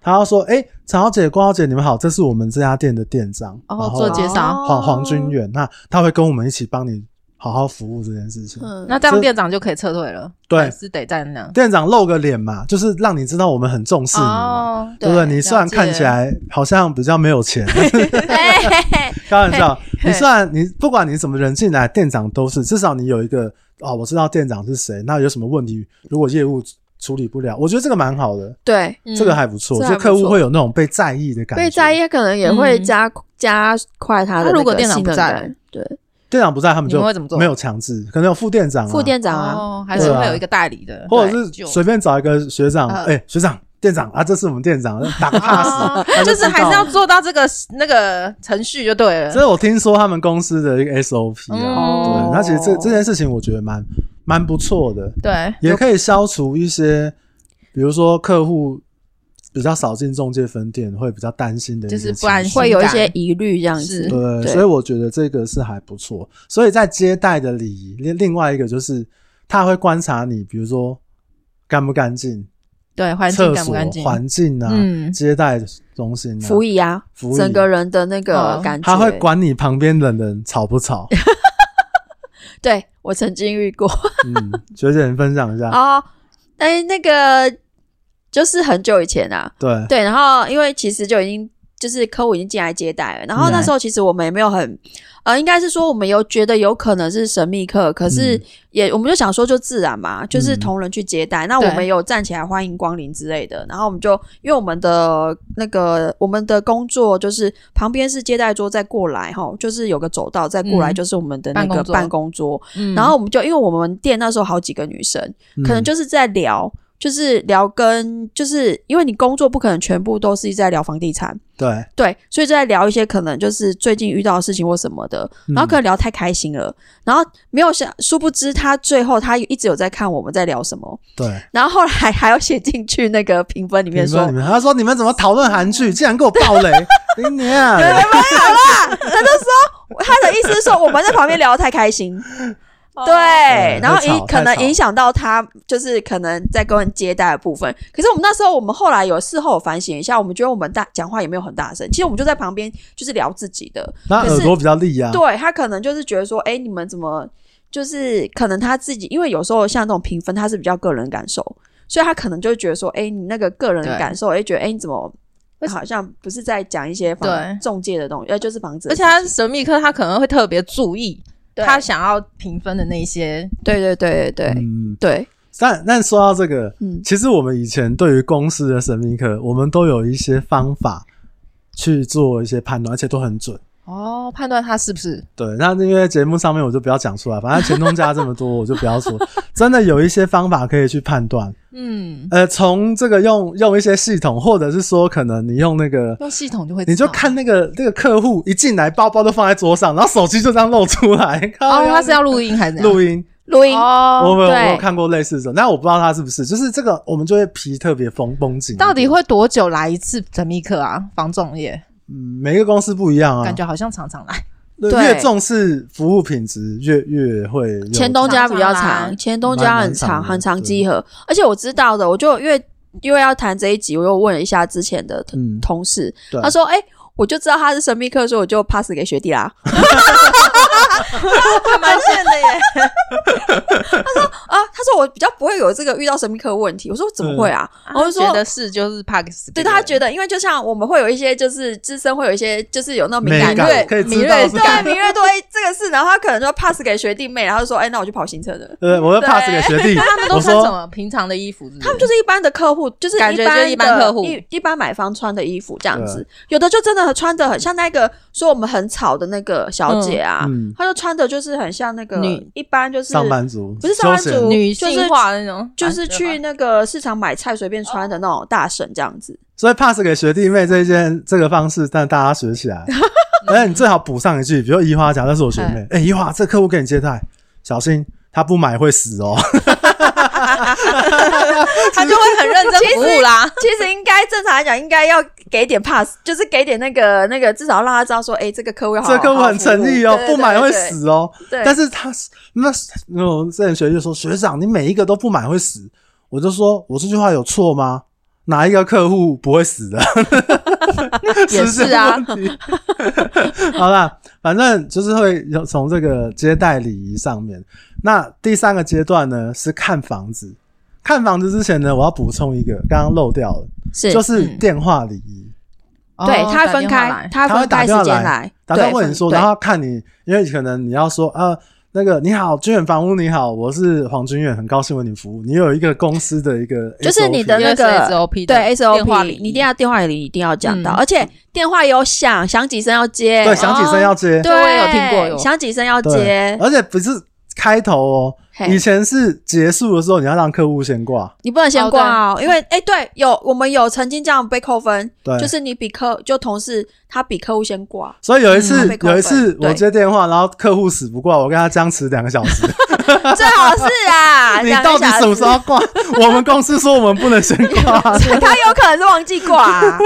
他要说：“哎、陈小姐、关小姐，你们好，这是我们这家店的店长，然哦后做介绍黄黄哦君远，那他会跟我们一起帮你好好服务这件事情。嗯， 那这样这店长就可以撤退了，对还是得在那店长露个脸嘛，就是让你知道我们很重视你嘛，哦，对不对？对你虽然了解看起来好像比较没有钱，哎开玩笑，嘿你虽然你不管你什么人进来，店长都是，至少你有一个哦，我知道店长是谁。那有什么问题，如果业务处理不了，我觉得这个蛮好的，对，嗯这个还不错，这还就不客户错会有那种被在意的感觉。被在意，他可能也会嗯加加快他的那那个如果店长信任不在感，对，店长不在，他们你就们会怎么做没有强制，可能有副店长、啊，副店长啊，哦，还是对啊会有一个代理的， 或对者是就随便找一个学长，哎、呃学长，店长啊，这是我们店 长，打个 pass。哦就是还是要做到这个那个程序就对这了。是我听说他们公司的一个 SOP 啊，哦对，那其实这这件事情我觉得蛮蛮不错的，对，也可以消除一些，比如说客户比较少进中介分店，会比较担心的一些就是不情绪安心会有一些疑虑这样子是，对，对所以我觉得这个是还不错。所以在接待的礼仪，另另外一个就是他会观察你，比如说干不干净，对，环境厕干不所干净？环境啊，嗯接待中心啊，服役啊服役，整个人的那个嗯感觉，他会管你旁边的人吵不 吵。对我曾经遇过嗯，学姐你分享一下，啊，哎，那个就是很久以前啊， 对，对，然后因为其实就已经就是客户已经进来接待了，然后嗯那时候其实我们也没有很，呃，应该是说我们有觉得有可能是神秘客，可是嗯也、我们就想说就自然嘛，就是嗯同仁去接待，那对我们有站起来欢迎光临之类的，然后我们就因为我们的那个我们的工作就是旁边是接待桌，再过来哈，就是有个走道，再过来嗯就是我们的那办个公桌办公桌，嗯然后我们就因为我们店那时候好几个女生，可能嗯就是在聊，就是聊跟就是因为你工作不可能全部都是在聊房地产，对，对，所以就在聊一些可能就是最近遇到的事情或什么的，嗯然后可能聊太开心了，然后没有想，殊不知他最后他一直有在看我们在聊什么，对。然后后来还要写进去那个评分里面评分说里。面他说你们怎么讨论韩剧，竟然给我爆 雷，林年啊，他的意思是说，我们在旁边聊得太开心，对哦对，然后太吵影可太能吵哦影响到他，就是可能在跟人接待的部分。可是我们那时候，我们后来有事后有反省一下，我们觉得我们大讲话也没有很大声，其实我们就在旁边就是聊自己的。他可是耳朵比较利啊，对他可能就是觉得说，哎，你们怎么就是可能他自己，因为有时候像这种评分，他是比较个人感受，所以他可能就会觉得说，哎，你那个个人对感受，哎，觉得哎你怎么好像不是在讲一些房对中介的东西，呃，就是房子的而且事情，他神秘客他可能会特别注意对他想要评分的那一些，对对对对对嗯，对，但但说到这个，嗯其实我们以前对于公司的神秘课，我们都有一些方法去做一些判断，而且都很准。哦，判断他是不是对，那因为节目上面我就不要讲出来，反正前东家这么多，我就不要 说。真的有一些方法可以去判断，嗯，呃，从这个用用一些系统，或者是说可能你用那个，用系统就会知道你就看那个那个客户一进来，包包都放在桌上，然后手机就这样露出来。 哦，靠他是要录音还是怎样录音，录音哦？我有我有对看过类似的，但我不知道他是不是，就是这个我们就会皮特别绷绷紧。到底会多久来一次神秘客啊？房仲业嗯，每个公司不一样啊，感觉好像常常来，对对越重视服务品质，越越会有前东家比常较常长，来前东家蛮很蛮长长，的很长对集合。而且我知道的，我就因为因为要谈这一集，我又问了一下之前的同嗯同事，对他说：“哎、我就知道他是神秘客，所以我就 pass 给学弟啦。”还蛮贱 的耶。他说 啊，他说我比较不会有这个遇到神秘客的问题。我说怎么会啊？然后我就觉说得是就是怕给死别对人。他觉得，因为就像我们会有一些，就是自身会有一些，就是有那种敏美感感度，可以敏知锐道，对敏锐度，哎，这个事，然后他可能就 pass 给学弟妹，然后就说，哎，那我去跑行程的。对，我要对 pass 给学弟。 他们都我穿什说么平常的衣服是不是？他们就是一般的客户，就是感觉就是一一般的客户一一般买方穿的衣服这样子。有的就真的穿的很像那个说我们很吵的那个小姐啊，嗯嗯她就穿的就是很像那个女一般就是上班族，不是上班休闲族女就是性化的那种，就是啊去那个市场买菜随便穿的那种大婶这样子。所以 pass 给学弟妹这一件这个方式，但大家学起 来。而且你最好补上一句，比如一花讲，那是我学妹，哎、一花这客户给你接待，小心他不买会死哦。啊他就会很认真服务啦。其实应该正常来讲，应该要给点 pass，就是 给点那个那个，至少让他知道说，哎、这个客户要好好这客户很诚意哦好好，服务不买会。死哦。对对对对，但是是他那那我之前学弟就说，学长你每一个都不买会死，我就说我这句话有错吗？哪一个客户不会死的？ 也是啊时间问题。好啦，反正就是会有从这个接待礼仪上面。那第三个阶段呢是看房子。看房子之前呢，我要补充一个，刚刚漏掉了，是就是嗯电话礼仪。对，哦他会分打电话来开，他他会分打开电话时间来来，打电话问你说，对然后看你，因为可能你要说呃，那个你好，君远房屋你好，我是黄君远，很高兴为你服务。你有一个公司的一个 SOP，就是你的因为那是个 SOP 的对 SOP，电话礼仪你一定要电话里一定要讲到，嗯而且电话有响，响几声要接，哦对响几声要接，这对，我也有听过有响几声要对接，而且不是开头哦，嘿以前是结束的时候你要让客户先挂，你不能先哦挂哦，因为哎，对，有我们有曾经这样被扣分，对，就是你比客就同事他比客户先 挂，所以有一次嗯被，扣有一次分对我接电话，然后客户死不挂，我跟他僵持两个小时。最好是啊，你两个到底小什么时候时？要挂？我们公司说我们不能先挂， 他有可能是忘记 挂啊，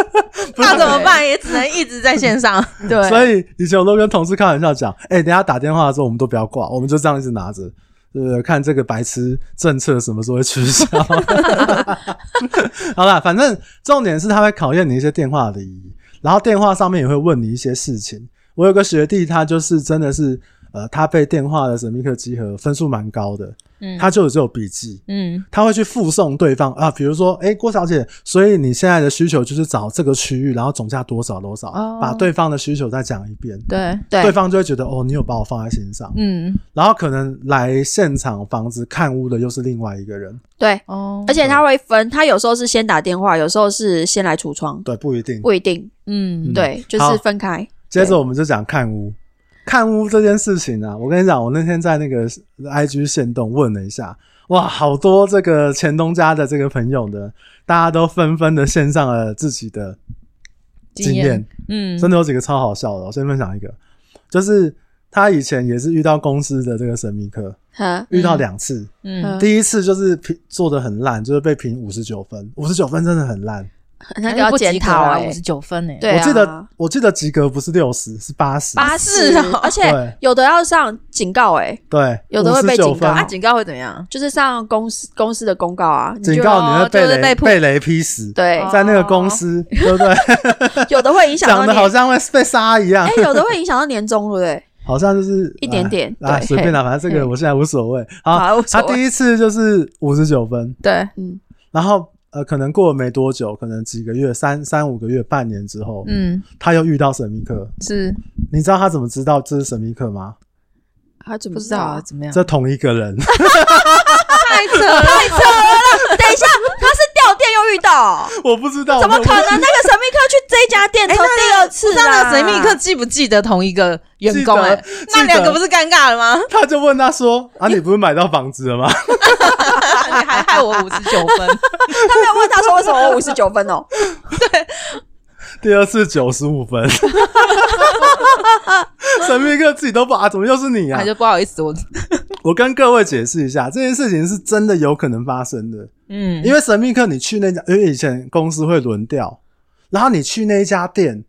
那怎么办？也只能一直在线 上。对，所以以前我都跟同事开玩笑讲，哎、等一下打电话的时候我们都不要挂，我们就这样一直拿着。呃，看这个白痴政策什么时候会取消？ 好啦，反正重点是他会考验你一些电话礼仪，然后电话上面也会问你一些事情。我有个学弟，他就是真的是，呃，他被电话的神秘客集合分数蛮高的，嗯他就只有笔记，嗯，他会去附送对方啊，比如说，哎、郭小姐，所以你现在的需求就是找这个区域，然后总价多少多少，哦把对方的需求再讲一遍，对，对对，方就会觉得哦，你有把我放在心上。嗯，然后可能来现场房子看屋的又是另外一个人， 对，哦而，且他会分，他有时候是先打电话，有时候是先来橱窗，对，不一定。不一定，嗯，对，就好是分开。接着我们就讲看屋，看屋这件事情啊，我跟你讲，我那天在那个 IG 线动问了一下，哇，好多这个前东家的这个朋友呢，大家都纷纷的献上了自己的经验。，嗯，真的有几个超好笑的。我先分享一个，就是他以前也是遇到公司的这个神秘客，哈，遇到两次。嗯，第一次就是评做的很烂，就是被评五十九分，五十九分真的很烂。那个要检讨啊，啊，五十九分诶，对啊我记得我记得及格不是六十，是八十。八是十哦，而且对有的要上警告，哎，对，有的会59被警告分啊，警告会怎么样？就是上公司公司的公告啊，你就警告你会被就是雷被扑被雷劈死。对，在那个公司，对不 对？有的会影响到讲的好年，像会被杀一样哎，，有的会影响到年终，对不对？好像就是一点点啊，哎对随便啦，反正这个嘿我现在无所谓。好好无，所他谓第一次就是五十九分，对，嗯，然后呃，可能过了没多久，可能几个月、三三五个月、半年之后，嗯，他又遇到神秘客。是你知道他怎么知道这是神秘客吗？嗯他怎不么知道啊，？怎么样？这同一个 人，太扯了， 等一下，他是掉店又遇到，我不知道，怎么哦我可能？那个神秘客去这家店从第二次那啦，个神秘客记不记得同一个员工？记得哎记，得那两个不是尴尬了吗？他就问他说：“啊，你不是买到房子了吗 你还害我五十九分，他没有问他说为什么我五十九分哦，？”第二次九十五 分，神秘客自己都不啊，怎么又是你啊他？就不好意思，我我跟各位解释一下，这件事情是真的有可能发生的。嗯因为神秘客你去那家，因为以前公司会轮调，然后你去那一家店，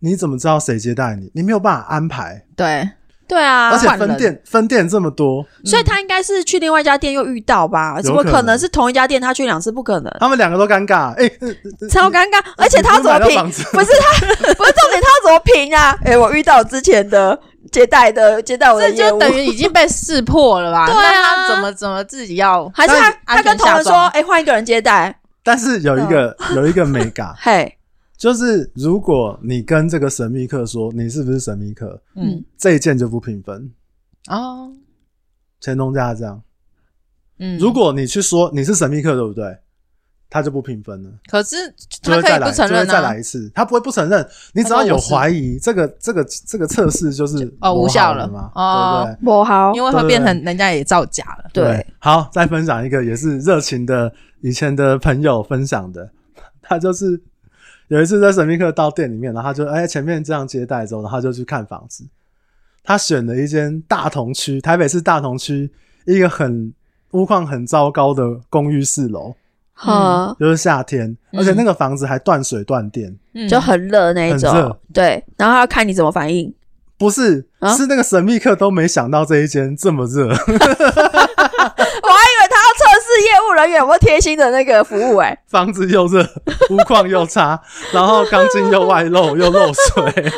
你怎么知道谁接待你？你没有办法安排，对，对啊而且换分人店分店这么多，所以他应该是去另外一家店又遇到吧？怎么有可可能能是同一家店他去两次？不可能，他们两个都尴尬。哎、呃超尴尬。而且他要怎么你不是买到 评房？子不是他，不是重点，他要怎么评啊？哎、我遇到之前的接待的接待我的这业就，务等于已经被识破了吧？对啊那他怎么怎么自己要？还是他但他跟同仁说，安全下装哎、换一个人接待，但是有一个嗯有一个美感， 嘿，就是如果你跟这个神秘客说你是不是神秘客，嗯这一件就不平分。哦，前东家这样，嗯，如果你去说你是神秘客，对不对？他就不平分了，可是就他会可再以来，不承认就会再啊来，一次，他不会不承认。你只要有怀疑，这个这个这个测试就是哦无磨效好了嘛，哦对不对？我好因为会变成人家也造假了。对对，好，再分享一个也是热情的以前的朋友分享的，他就是有一次在神秘客到店里面，然后他就哎、前面这样接待之后，然后他就去看房子，他选了一间大同区台北市大同区一个很屋况很糟糕的公寓四楼，哈、就是夏天，而且那个房子还断水断电，嗯就很热那一种很热，对，然后他要看你怎么反 应，不是、啊是那个神秘客都没想到这一间这么热， 我还以为他要测试业务人员有没有贴心的那个服务、哎，房子又热， 屋况又差，然后钢筋又外露 又漏水。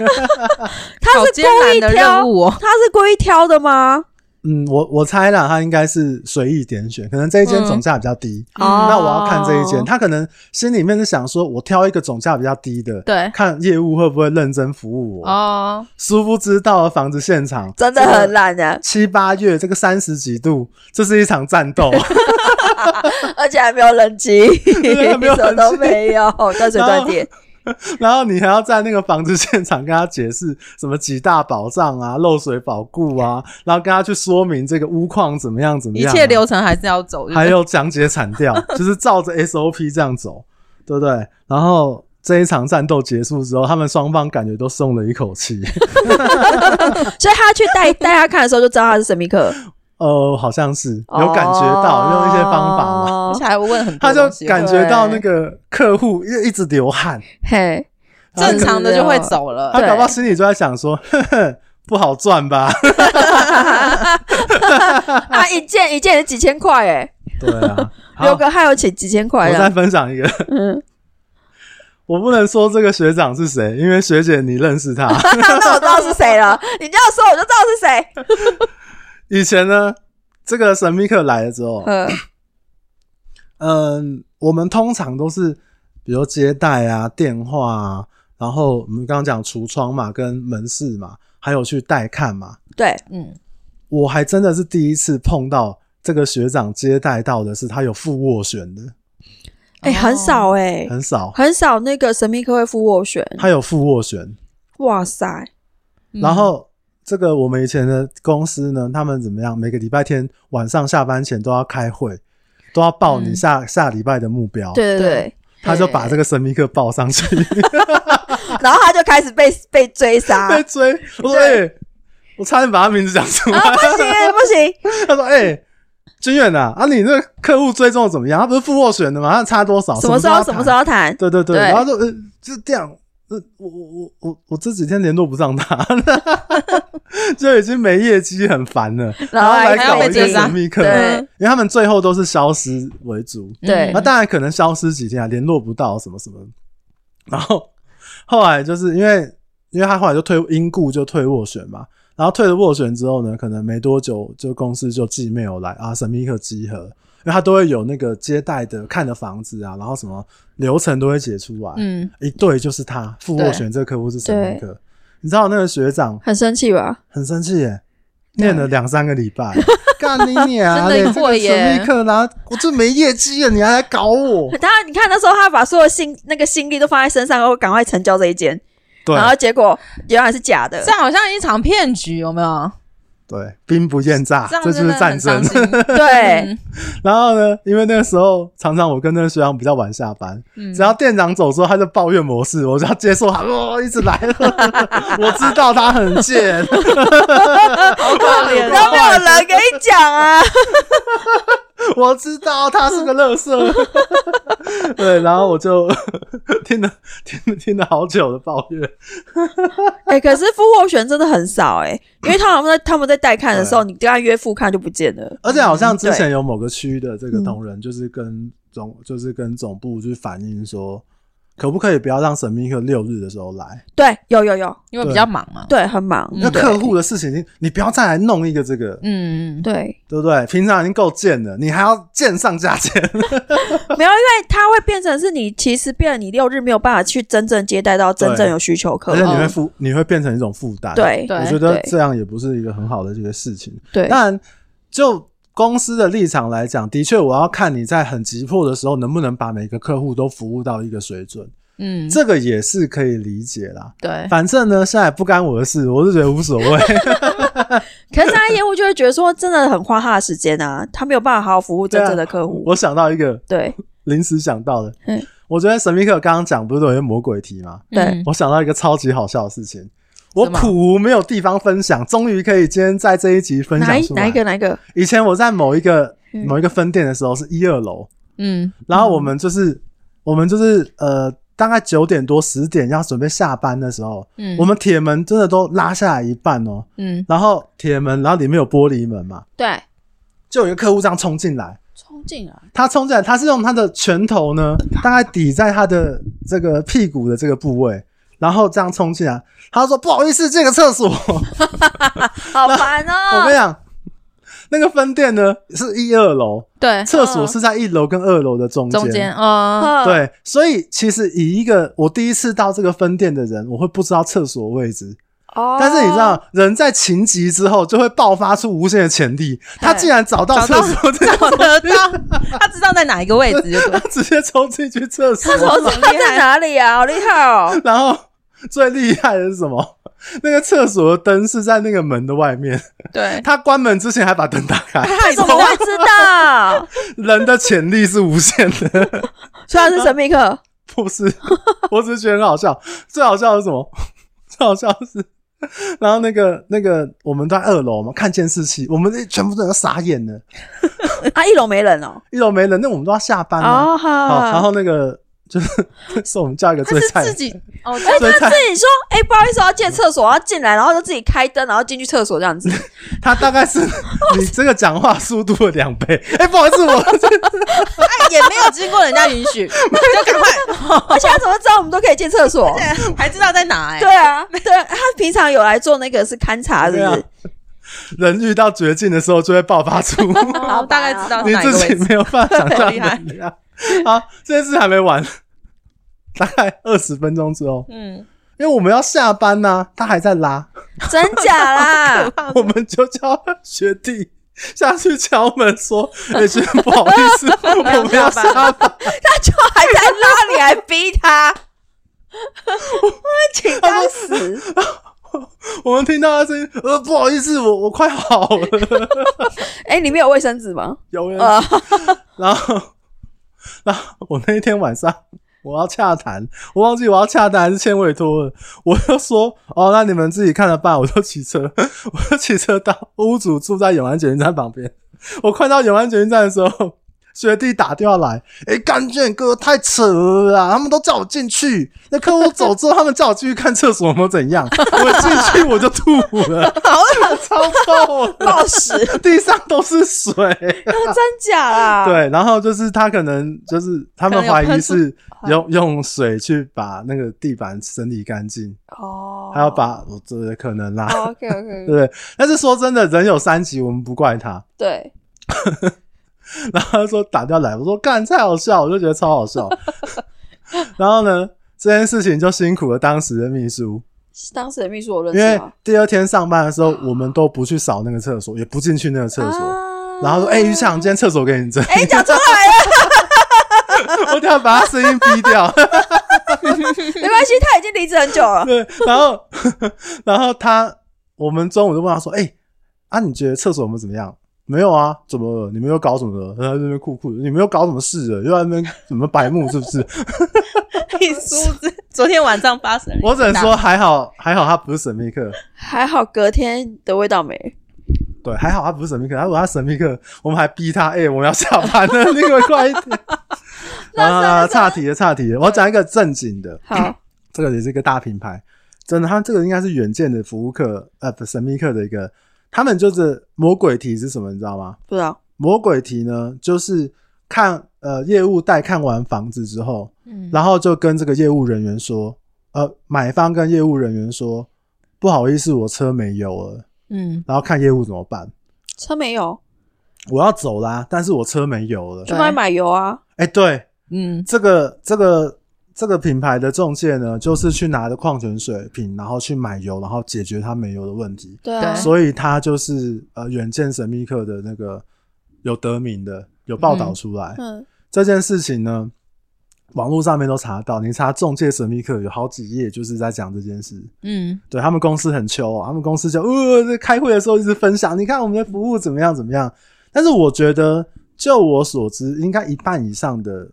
他好是艰故难意的挑任，务哦。他是故意挑的吗？嗯，我我猜啦，他应该是随意点选，可能这一间嗯总价比较低，嗯哦那我要看这一间，他可能心里面是想说，我挑一个总价比较低的，对看业务会不会认真服务我。哦，殊不知到了房子现场，真的很啊烂的，七八月这个三十几度，这是一场战 斗，而且还没有人机，对 什没有人机么都没有，断水断电。 然后你还要在那个房子现场跟他解释什么几大保障啊、漏水保固啊，然后跟他去说明这个屋况怎么样怎么一样啊、切流程还是要走，还有讲解铲掉， 就是照着 SOP 这样走，对不对？然后这一场战斗结束之后，他们双方感觉都松了一口气。 所以他去带带他看的时候，就知道他是神秘客，呃，好像是有感觉到，用一些方法嘛，而哦且还会问很他多就哦东西。哦感觉到那个客户一一直流汗， 嘿，他正常的就会走了他，对搞不好心里就在想说， 呵呵，不好赚 吧？啊，一件一件也几千块哎，对啊，好有，个还有几几千块我再的，分享一个，嗯，我不能说这个学长是谁，因为学姐你认 识他。 那我知道是谁了，你这样说我就知道是 谁，以前呢，这个神秘客来了之后，嗯，嗯，我们通常都是比如接待啊、电话啊，然后我们刚刚讲橱窗嘛、跟门市嘛，还有去带看嘛。对，嗯，我还真的是第一次碰到这个学长接待到的是他有副斡旋的，哎，哦很少哎，很少，很少那个神秘客会付斡旋，他有副斡旋。哇塞，嗯嗯然后这个我们以前的公司呢，他们怎么样？每个礼拜天晚上下班前都要开会，都要报你嗯下、下礼拜的目标。，对对对对，他就把这个神秘客报上 去。然后他就开始被被追杀，啊 被追，我说哎、对欸我差点把他名字讲出 来。啊，不行不行，他说哎、欸君远呐、啊，啊你那个客户追踪的怎么样？他不是付斡旋的吗？他差多少？什么时候什哦什么时？候谈？对对对，对然后就呃就这样，呃我我我我我这几天联络不上他， 就已经没业绩，很烦了，然后后来还要搞被一追个杀神秘客，对因为他们最后都是消失为主。对那、当然可能消失几天啊，联络不到什么什么。然后后来就是因为，因为他后来就退因故就退斡旋嘛，然后退了斡旋之后呢，可能没多久就公司就寄 mail 来啊，神秘客集合，因为他都会有那个接待的看的房子啊，然后什么流程都会写出来，嗯，一对就是他副斡旋这个客户是神秘客，你知道那个学长很生气吧？很生气耶，念了两三个礼 拜，干你娘真嘞！的这个会耶神秘客拿我这没业绩了，你还来搞我？他你看那时候他把所有心那个心力都放在身上，然后赶快成交这一间，对然后结果原来是假的这，好像一场骗局，有没有？对，兵不厌诈，这样啊这就真是的战很争伤。心。 对，嗯 然后呢，因为那个时候常常我跟那个学长比较晚下班，嗯只要店长走之后，他就抱怨模式，我就要接受他，哦，一直来 了，我知道他很贱，好可怜然后没有人给你讲啊，我知道他是个乐色。 对，然后我就听了听听了好久的抱怨， 哎、可是付斡旋真的很少哎、因为他们在他们在带看的时候，你跟他约付看就不见了。而且好嗯像之前有某个区的这个同仁，就是跟总、就是跟总部去反映说，可不可以不要让神秘客六日的时候来？对，有有有，因为比较忙嘛。对，很忙，嗯那对客户的事情已经，你不要再来弄一个这个，嗯，嗯，对，对不对？平常已经够贱了，你还要贱上加 贱。没有，因为它会变成是你其实变，你六日没有办法去真正接待到真正有需求客而且户你，会负，你会变成一种负担。，对对我觉得对这样也不是一个很好的这个事情。对当然，就公司的立场来讲，的确我要看你在很急迫的时候能不能把每个客户都服务到一个水准，嗯，这个也是可以理解啦。嗯对，反正呢，现在也不干我的事，我是觉得无所谓。 可是他业务就会觉得说，真的很花他的时间啊，他没有办法好好服务真正的客户。我想到一个对临时想到的，嗯我觉得神秘客刚刚讲不是都有些魔鬼题吗？对嗯我想到一个超级好笑的事情，我什么苦无没有地方分享，终于可以今天在这一集分哪享一出来。哪一个哪一个？以前我在某一个嗯某一个分店的时候是一二楼，嗯然后我们就是、我们就是呃，大概九点多十点要准备下班的时候，嗯，我们铁门真的都拉下来一半哦，嗯然后铁门，然后里面有玻璃门嘛，对，就有一个客户这样冲进来，冲进来，他冲进来，他是用他的拳头呢，大概抵在他的这个屁股的这个部位。然后这样冲进来，他说：“不好意思，这个厕 所。”好烦我 哦、跟你讲，那个分店呢是一二楼，对，厕所是在一楼跟二楼的中间。嗯中间，嗯，啊，对，所以其实以一个我第一次到这个分店的人，我会不知道厕所位置。哦但是你知，道，人在情急之后就会爆发出无限的潜力。他竟然找到厕找到所， 找得到， 他知道在哪一个位置就对他直接冲进去厕所。我知道哦 在哪里啊，好厉害哦、然后最厉害的是什么？那个厕所的灯是在那个门的外面，对，他关门之前还把灯打开。他哎怎么会知 道？人的潜力是无限的。 虽然是神秘客，不是，我只是觉得很好笑。最好笑的是什么？ 最好笑的是，然后那个那个，我们在二楼嘛，看监视器，我们这全部都人都傻眼了。 啊，一楼没人哦、一楼没人，那我们都要下班了、啊哦，好，然好，后那个就是 是我们叫一个他最是菜自的，己哦，就最菜自。己说，哎、不好意思，我要进厕所，我要进来，然后就自己开灯，然后进去厕所这 样子。他大概是 你这个讲话速度的两倍。哎、不好意思，我他也没有经过人家允 许，就赶快，而且他怎么知道我们都可以进厕所？还知道在哪哎， 对啊，对啊，他平常有来做那个是勘察，是对不啊是？人遇到绝境的时候就会爆发 出哦大概知道是你哪一自个己位置，没有办法想象厉害的力 量。好，这件事还没完，大概二十分钟之后，嗯，因为我们要下班呐、他还在 拉，真假 啦？ 啊我们就叫学弟下去敲门 说：“哎、学弟，不好意思， 我们要下班。 他就还在拉你，还逼他， 请他死。”我们听到他声音，呃，不好意思，我我快好 了， 哎、里面有卫生纸吗？有人。啊，然后，然后我那一天晚上我要洽谈，我忘记我要洽谈还是签委托了，我就说：“哦，那你们自己看着办。”我就骑车， 我就哦骑车到屋主住在永安捷运站旁边。我快到永安捷运站的时候，学弟打电话来，哎、干卷哥太扯了啦，他们都叫我进去，那客户走之后，他们叫我进去看厕所，有没有怎 样？我进去我就吐了，超臭的，暴食，地上都是水。 真假啦？，对，然后就是他可能就是他们啊可能有怀疑喷出是用用水去把那个地板整理干净，哦，还要把我这可能啦，哦 OK 对 OK， 不对？但是说真的，人有三急，我们不怪他。对，然后他说打掉来，我说干太好笑，我就觉得超好 笑。然后呢，这件事情就辛苦了当时的秘书，当时的秘书我认因为识啊哦吗？第二天上班的时候，我们都不去扫那个厕所，也不进去那个厕所。啊然后说：“哎、于强，今天厕所给你整。”哎、 你讲出来了， 我等下把他声音逼掉。 没关系，他已经离职很久了。对，然后然后他，我们中午就问他说：“哎、啊，你觉得厕所我们怎么样？”没有啊，怎么了？你们又搞什么了？然后在那边酷酷的，你们又搞什么事了？又在那边什么白目是不 是？你梳子，昨天晚上发生了一个我只能大说还好，还好他不是神秘客，还好隔天的味道没。对，还好他不是神秘客。他如果他神秘客，我们还逼他，哎、我们要下班了，你们快一 点。啊，岔题了，岔题了。我讲一个正经的，好， 这个也是一个大品牌，真的，他这个应该是远见的服务客，呃，不，神秘客的一个，他们就是魔鬼题是什么，你知道吗？不知道。魔鬼题呢，就是看呃业务带看完房子之后，嗯，然后就跟这个业务人员说，呃，买方跟业务人员说，不好意思，我车没油了，嗯，然后看业务怎么办，车没有，我要走啦，但是我车没油了对。去帮你买油啊。哎、对，嗯，这个这个这个品牌的中介呢，就是去拿着矿泉水瓶，然后去买油，然后解决他没油的问题。对啊，对所以他就是呃，远见神秘客的那个有得名的，有报道出来、嗯，这件事情呢，网络上面都查到，你查中介神秘客有好几页就是在讲这件事。嗯，对他们公司很秋、哦，他们公司就呃在开会的时候一直分享，你看我们的服务怎么样怎么样。但是我觉得，就我所知，应该一半以上的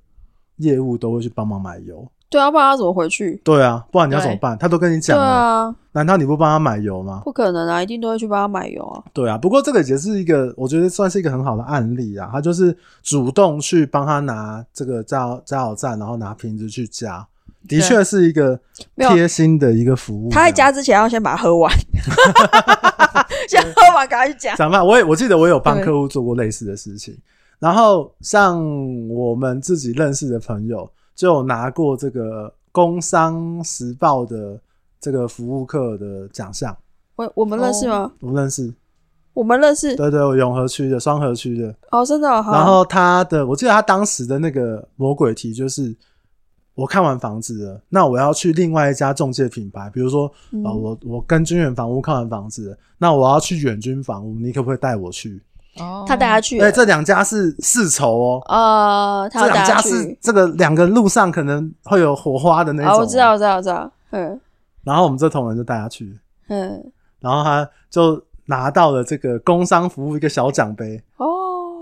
业务都会去帮忙买油。对啊，不然他怎么回去？对啊，不然你要怎么办？他都跟你对讲了，啊，难道你不帮他买油吗？不可能啊，一定都会去帮他买油啊。对啊，不过这个也是一个，我觉得算是一个很好的案例啊。他就是主动去帮他拿这个加油加油站，然后拿瓶子去加，的对确是一个啊没有贴心的一个服务。他在加之前要先把它喝 完， 先喝完赶快去加。长大，我也我记得我有帮对客户做过类似的事情。然后像我们自己认识的朋友，就有拿过这个《工商时报》的这个服务课的奖项，我我们认识吗？我们认识。哦我们认识对对，我永和区的，双河区的。哦，真的哦。好然后他的，我记得他当时的那个魔鬼题就是，我看完房子了，那我要去另外一家中介品牌，比如说，嗯呃，我我跟君远房屋看完房子了，那我要去远君房屋，你可不可以带我去？哦他带他去了，对，这两家是世仇哦，呃，他这要带两家他是去。这个两个路上可能会有火花的那种、哦啊，我知道，。我知道，我知道。嗯然后我们这同仁就带他去，嗯，然后他就拿到了这个工商服务一个小奖杯，哦，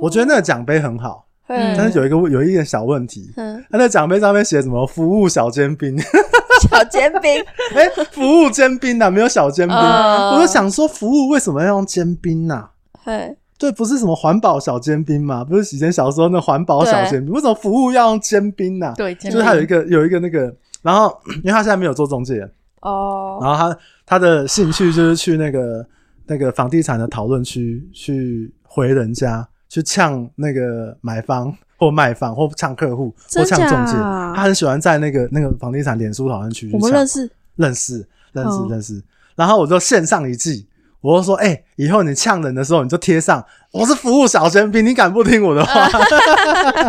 我觉得那个奖杯很好，嗯但是有一个有一点小问题，嗯，他在奖杯上面写什么服务小尖兵， 小煎 饼，哎、服务尖兵啊，没有小尖兵。啊嗯我就想说，服务为什么要用尖兵啊？嘿，对，不是什么环保小尖兵嘛？不是以前小时候那环保小尖兵，为什么服务要用尖兵呢、啊？对，就是他有一个有一个那个，然后 因为他现在没有做中介，然哦，后他他的兴趣就是去那个那个房地产的讨论区去回人家，去呛那个买方或卖方或呛客户或真呛中介，假他很喜欢在那个那个房地产脸书讨论区去我们呛认识，认识认识哦认识，然后我就线上一记。我就说，哎、以后你呛人的时候，你就贴上我是服务小尖兵，你敢不听我的话？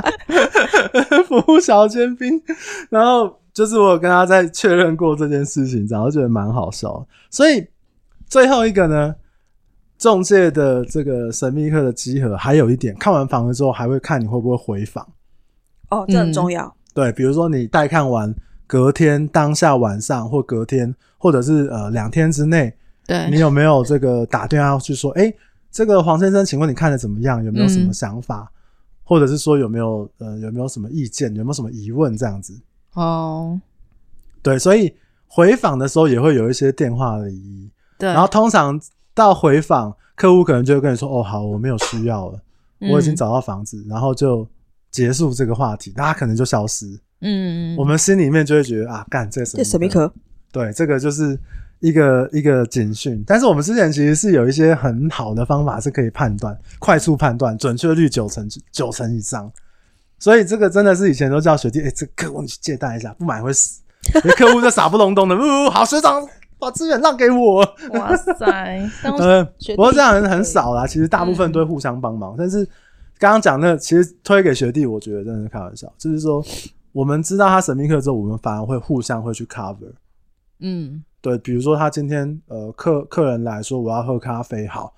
服务小尖兵。然后就是我有跟他在确认过这件事情，然后觉得蛮好笑的。所以最后一个呢，中介的这个神秘客的集合，还有一点，看完房子之后还会看你会不会回访。哦，嗯这很重要。对，比如说你带看完，隔天当下晚上或隔天，或者是呃两天之内，对你有没有这个打电话去说，哎、这个黄先生，请问你看的怎么样？有没有什嗯么想法？或者是说有没有呃有没有什么意见？有没有什么疑问？这样子，哦，对，所以回访的时候也会有一些电话礼仪，对，然后通常到回访，客户可能就会跟你说，哦，好，我没有需要了，我已经嗯找到房子，然后就结束这个话题，大家可能就消失。嗯，我们心里面就会觉得啊，干这什么这神秘科，对，这个就是一个一个警讯。但是我们之前其实是有一些很好的方法是可以判断，快速判断，准确率九成九成以上。所以这个真的是以前都叫学弟，哎、这个客户你去借贷一下，不买会死。那客户就傻不隆咚的，呜、好学长把资源让给我。哇塞，当 嗯，学弟嗯不过这样人很少啦，其实大部分都会互相帮忙。但是刚刚讲那，其实推给学弟，我觉得真的是开玩笑，就是说我们知道他神秘课之后，我们反而会互相会去 cover。嗯对，比如说他今天呃客客人来说我要喝咖啡，好，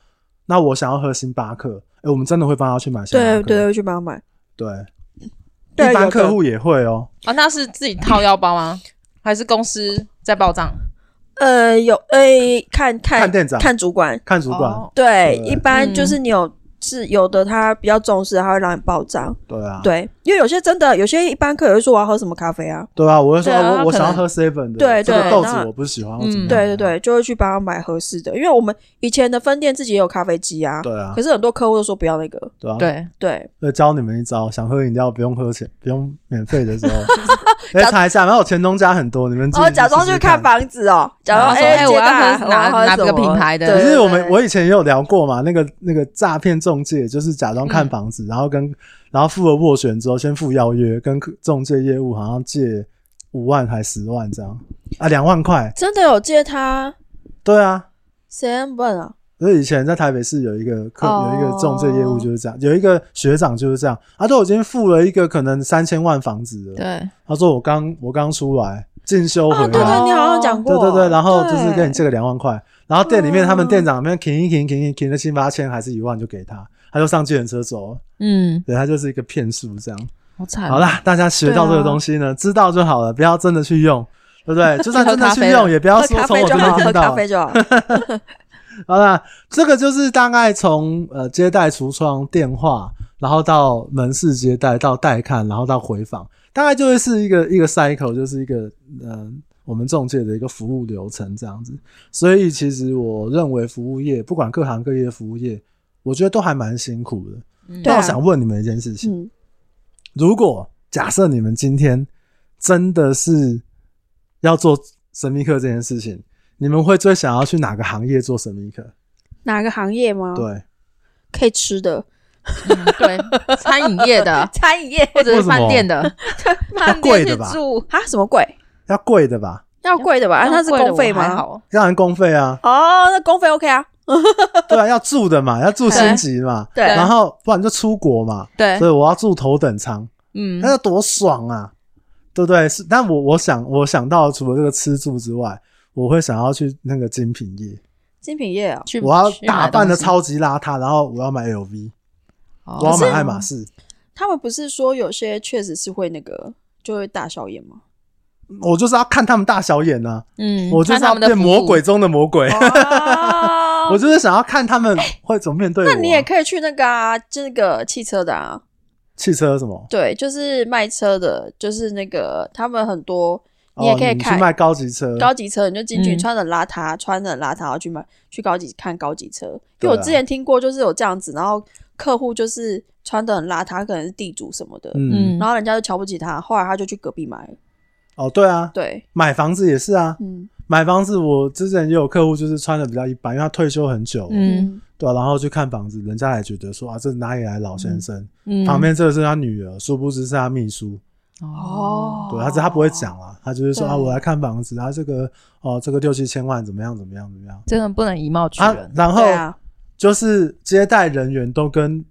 那我想要喝星巴克，哎、我们真的会帮他去买星巴对克，对，会去帮他买。对对一有般的客户也会哦、啊，那是自己掏腰包吗？ 还是公司在报账？呃，有诶，看看看店长看主管，看主管，哦对，对一般嗯就是你有是有的，他比较重视，他会让你报账。对啊，对，因为有些真的，有些一般客人会说我要喝什么咖啡啊，对啊，我会说、对我啊我他可想要能喝 seven 的，对这个对豆那子我不喜欢，我怎么嗯样对对对，就会去帮他买合适的。因为我们以前的分店自己也有咖啡机啊，对啊可是很多客户都说不要那个。对啊，对，对，呃，教你们一招，想喝饮料不用喝钱，不用免费的时 候，来查一下，然后钱东家很多，你们自己哦，假装试去试看。房子哦，假装然后说哎，哎接我要待喝我要哪喝哪什个么品牌的可对是对我们对我以前也有聊过嘛，那个那个诈骗重中介，就是假装看房子，然后跟然后付了斡旋之后，先付邀约，跟中介业务好像借五万还十万这样啊，两万块，真的有借他对啊，谁那么笨啊？所以以前在台北市有一个客，哦有一个中介业务就是这样，有一个学长就是这样，他都已经付了一个可能三千万房子了，对，他说我刚我刚出来进修回啊，来，对对，你好像讲过，对对对，然后就是跟你借个，个两万块，然后店里面他们嗯店长那边停一停停停停了七八千还是一万就给他，他就上计程车走了，嗯，对他就是一个骗术这样。好惨。嗯好，啦，大家学到这个对啊东西呢，知道就好了，不要真的去用，对不对？就算去喝真的咖去啡用，了也不要喝说咖从啡我就这好，边听喝咖到。啡就好。好啦，这个就是大概从呃接待橱窗电话，然后到门市接待，到带看，然后到回访，大概就会是一个一个 cycle，就是一个呃我们中介的一个服务流程这样子。所以其实我认为服务业，不管各行各业服务业，我觉得都还蛮辛苦的。对嗯那啊我想问你们一件事情： 嗯，如果假设你们今天真的是要做神秘客这件事情，你们会最想要去哪个行业做神秘客？哪个行业吗？，对。可以吃的，嗯对，餐饮业 的餐饮业或者为是什么饭 店的，要贵的吧？ 住啊，什么贵？要贵的吧？要贵的吧？啊，那是公费还吗？，好，当然公费啊 哦，那公费 OK 啊，对啊，要住的嘛，要住星级 嘛，对然后不然就出国嘛，对所，以哎我要住头等舱，嗯那，要多爽啊，对不对？是，但我我想我想到除了这个吃住之外，我会想要去那个精品业，精品业啊，去我要去买打扮的东西超级邋遢，然后我要买 LV，哦我要可买是爱马仕，他们不是说有些确实是会那个就会大小眼吗？我就是要看他们大小眼啊，嗯，我就是穿他要们的变服啊魔务鬼，中的魔鬼， 我哦，就是想要看他们会怎么面对我啊。那你也可以去那个啊，这个汽车的啊，汽车什么？对，就是卖车的，就是那个他们很多，你也哦，可以去看卖高级车，高级车，你就进去嗯穿的邋遢，穿的邋遢，然后去买去高级看高级车。因为对啊我之前听过，就是有这样子，然后客户就是穿的很邋遢，可能是地主什么的， 嗯，嗯，然后人家就瞧不起他，后来他就去隔壁买了。哦，对啊，对，买房子也是啊，嗯买房子我之前也有客户就是穿的比较一般，因为他退休很久，嗯对啊、然后去看房子，人家也觉得说啊，这哪里来老先生？嗯，旁边这个是他女儿，殊不知是他秘书，哦，哦，对，他他不会讲啊，他就是说对啊，我来看房子，啊，这个哦，这个六七千万怎么样怎么样怎么样真的不能以貌取啊人，，然后对啊，就是接待人员都跟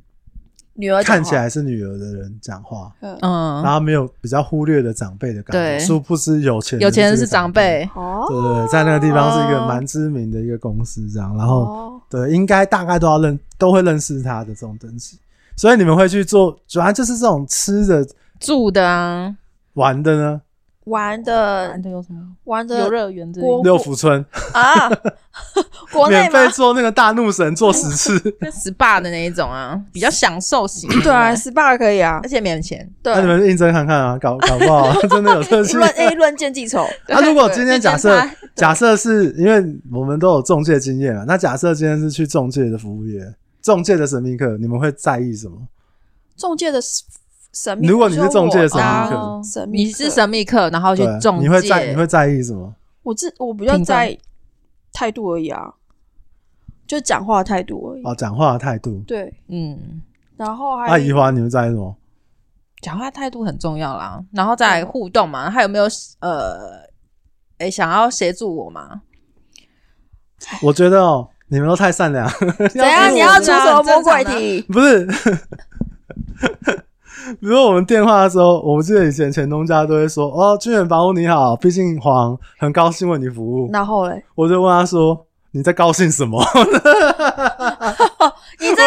女儿讲看话起，来是女儿的人讲话。嗯，嗯然，后没有比较忽略的长辈的感觉，对殊不知有钱有钱人是是个长长，辈，哦，对对对，在那个地方是一个蛮知名的一个公司，这样，然后哦，对，应该大概都要认，都会认识他的这种东西。所以你们会去做，主要就是这种吃的、住的啊，玩的呢。玩的的有什么玩游的乐园之类锅的，六福村 啊，国内免吗费？做那个大怒神做十次，跟 SPA 的那一种啊，比较享受型，对啊，SPA 可以啊而，且免钱，对那，你们应征看看啊，搞搞不好真的有这些。论 A 论见记仇，那如果今天假设对对假设是因为我们都有中介经验嘛，啊那假设今天是去中介的服务业，中介的神秘客，你们会在意什么？中介的神秘，如果你是说中介的神秘我客当神秘你是客神秘客，然后去对，啊中你会在介你，会在意什么？我自我比较评分在意态度而已啊，就讲话态度而已。哦，讲话的态度。对，嗯，然后还那有怡华，你会在意什么？讲话态度很重要啦，然后再来互动嘛，还有没有呃，诶，想要协助我嘛？ 我觉得哦，你们都太善良。 怎样？是你我要们出这样什很么魔正鬼常的题？不是， 比如我们电话的时候，我记得以前前东家都会说：“哦，君远房屋你好，毕竟黄很高兴为你服务。然后嘞，”我就问他说：“你在高兴什么？ 你这个？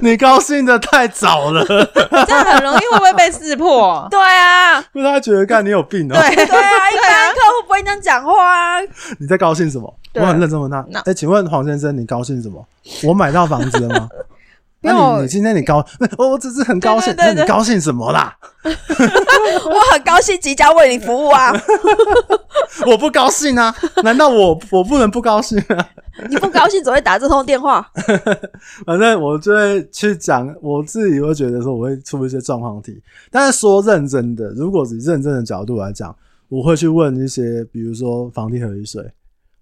你高兴的太早了。 这样很容易会不会被识破 对啊，”因为他觉得干你有病哦、对对啊，一般客户不会这样讲话啊。你在高兴什么？我对很认真问他那：“哎、请问黄先生，你高兴什么？我买到房子了吗？”没那有你你今天你高，我我只是很高兴。对对对那你高兴什么啦？ 我很高兴即将为你服务 啊！我不高兴啊！难道我我不能不高兴啊？你不高兴只会打这通电话。反正我就会去讲，我自己会觉得说我会出一些状况题。但是说认真的，如果以认真的角度来讲，我会去问一些，比如说房地合一税，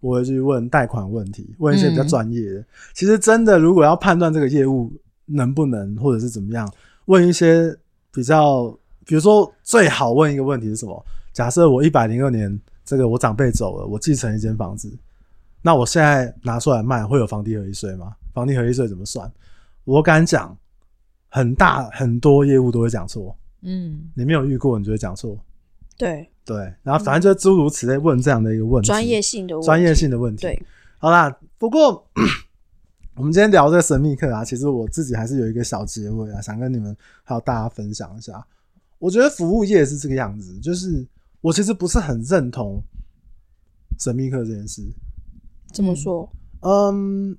我会去问贷款问题，问一些比较专业的。其实真的，如果要判断这个业务能不能或者是怎么样，问一些比较，比如说最好问一个问题是什么？假设我一百零二年这个我长辈走了，我继承一间房子，那我现在拿出来卖会有房地合一税吗？房地合一税怎么算？我敢讲，很大很多业务都会讲错，嗯，你没有遇过，你就会讲错。对，对，然后反正就诸如此类问这样的一个问题，嗯专业性的问题专业性的问题。对，好啦，不过 我们今天聊这个神秘课啊，其实我自己还是有一个小结尾啊，想跟你们还有大家分享一下。我觉得服务业是这个样子，就是我其实不是很认同神秘课这件事。怎么说？嗯，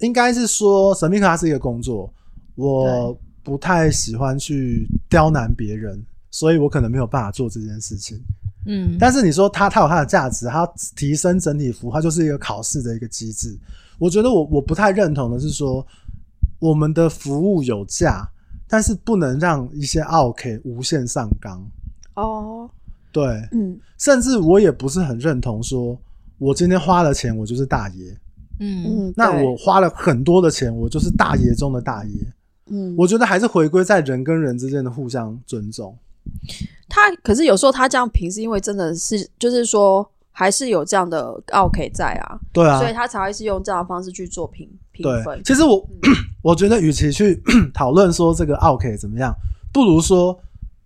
应该是说神秘课它是一个工作，我不太喜欢去刁难别人，所以我可能没有办法做这件事情。嗯，但是你说它它有它的价值，它提升整体服务，它就是一个考试的一个机制。我觉得我我不太认同的是说，我们的服务有价，但是不能让一些 OK 无限上纲。哦，对，嗯，甚至我也不是很认同说，我今天花了钱，我就是大爷。嗯嗯，那对我花了很多的钱，我就是大爷中的大爷。嗯，我觉得还是回归在人跟人之间的互相尊重。他可是有时候他这样评，是因为真的是就是说还是有这样的 OK 在啊，对啊，所以他才会是用这样的方式去做评评对分，。其实我嗯 我觉得，与其去 讨论说这个 OK 怎么样，不如说，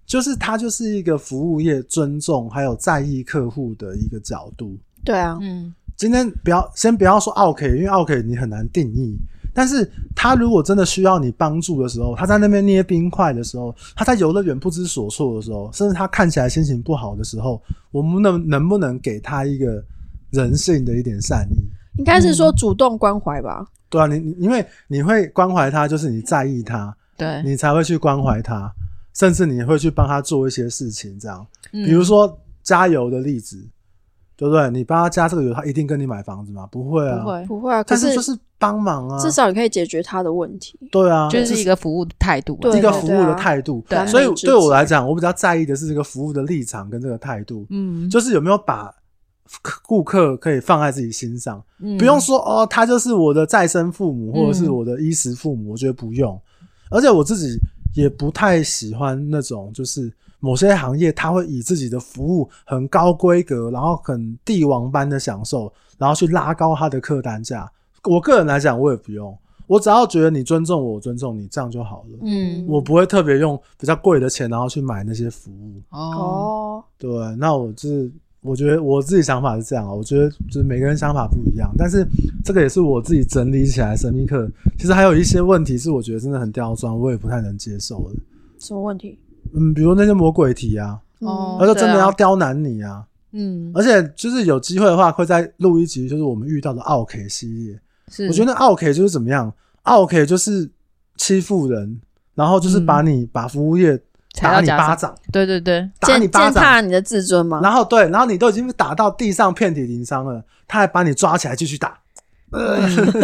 就是它就是一个服务业尊重还有在意客户的一个角度。对啊，嗯，今天不要先不要说 OK，因为 OK 你很难定义。但是他如果真的需要你帮助的时候，他在那边捏冰块的时候，他在游乐园不知所措的时候，甚至他看起来心情不好的时候，我们能能不能给他一个人性的一点善意？应该是说主动关怀吧。对啊，你你因为你会关怀他，就是你在意他，对，你才会去关怀他，甚至你会去帮他做一些事情，这样，比比如说加油的例子，对不对？你帮他加这个油，他一定跟你买房子吗？不会啊，不会，不会啊，可但是就是帮忙啊，至少你可以解决他的问题。对啊，就是是一个服务态度啊，对一个服务的态度。对啊所以完美之对我极来讲，我比较在意的是这个服务的立场跟这个态度，嗯，就是有没有把客顾客可以放在自己心上，嗯不用说哦，他就是我的再生父母或者是嗯我的衣食父母，我觉得不用。而且我自己也不太喜欢那种，就是某些行业他会以自己的服务很高规格，然后很帝王般的享受，然后去拉高他的客单价。我个人来讲，我也不用，我只要觉得你尊重我，我尊重你，这样就好了。嗯我不会特别用比较贵的钱，然后去买那些服务。哦，哦，对，那我就是我觉得我自己想法是这样啊，我觉得就是每个人想法不一样，但是这个也是我自己整理起来神秘课，其实还有一些问题是我觉得真的很刁钻，我也不太能接受的。什么问题？嗯嗯，比如那些魔鬼题啊，哦他就真的对啊要刁难你啊，嗯，而且就是有机会的话，会再录一集，就是我们遇到的奥 K 系列。是，我觉得奥 K 就是怎么样，奥 K 就是欺负人，然后就是把你、把服务业嗯踩打到你脚巴上掌，对对对，打践你践巴掌，踏你的自尊嘛？然后对，然后你都已经被打到地上遍体鳞伤了，他还把你抓起来继续打，呃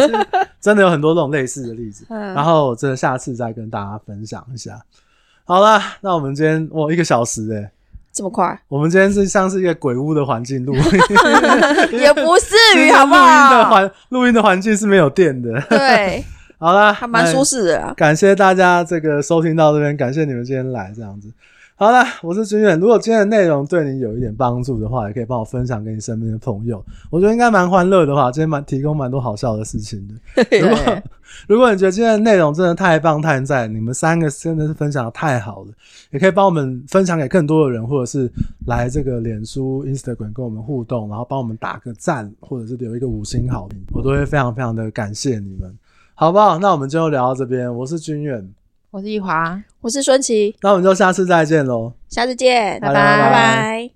真的有很多这种类似的例子。嗯然后我真的下次再跟大家分享一下。好了，那我们今天哇一个小时哎、这么 快我们今天是像是一个鬼屋的环境录 音，也不至于，好 不录音的好？环录音的环境是没有电的。对， 好啦，还蛮舒那适的啊。感谢大家这个收听到这边，感谢你们今天来这样子。好了，我是君远。如果今天的内容对你有一点帮助的话，也可以帮我分享给你身边的朋友。我觉得应该蛮欢乐的话，今天蛮提供蛮多好笑的事情的。如果 对，如果你觉得今天的内容真的太棒太赞，你们三个真的是分享的太好了，也可以帮我们分享给更多的人，或者是来这个脸书、Instagram 跟我们互动，然后帮我们打个赞，或者是留一个五星好评，我都会非常非常的感谢你们，好不好？那我们就聊到这边，我是君远，我是易华，我是孙琦，那我们就下次再见喽。下次见，拜拜拜拜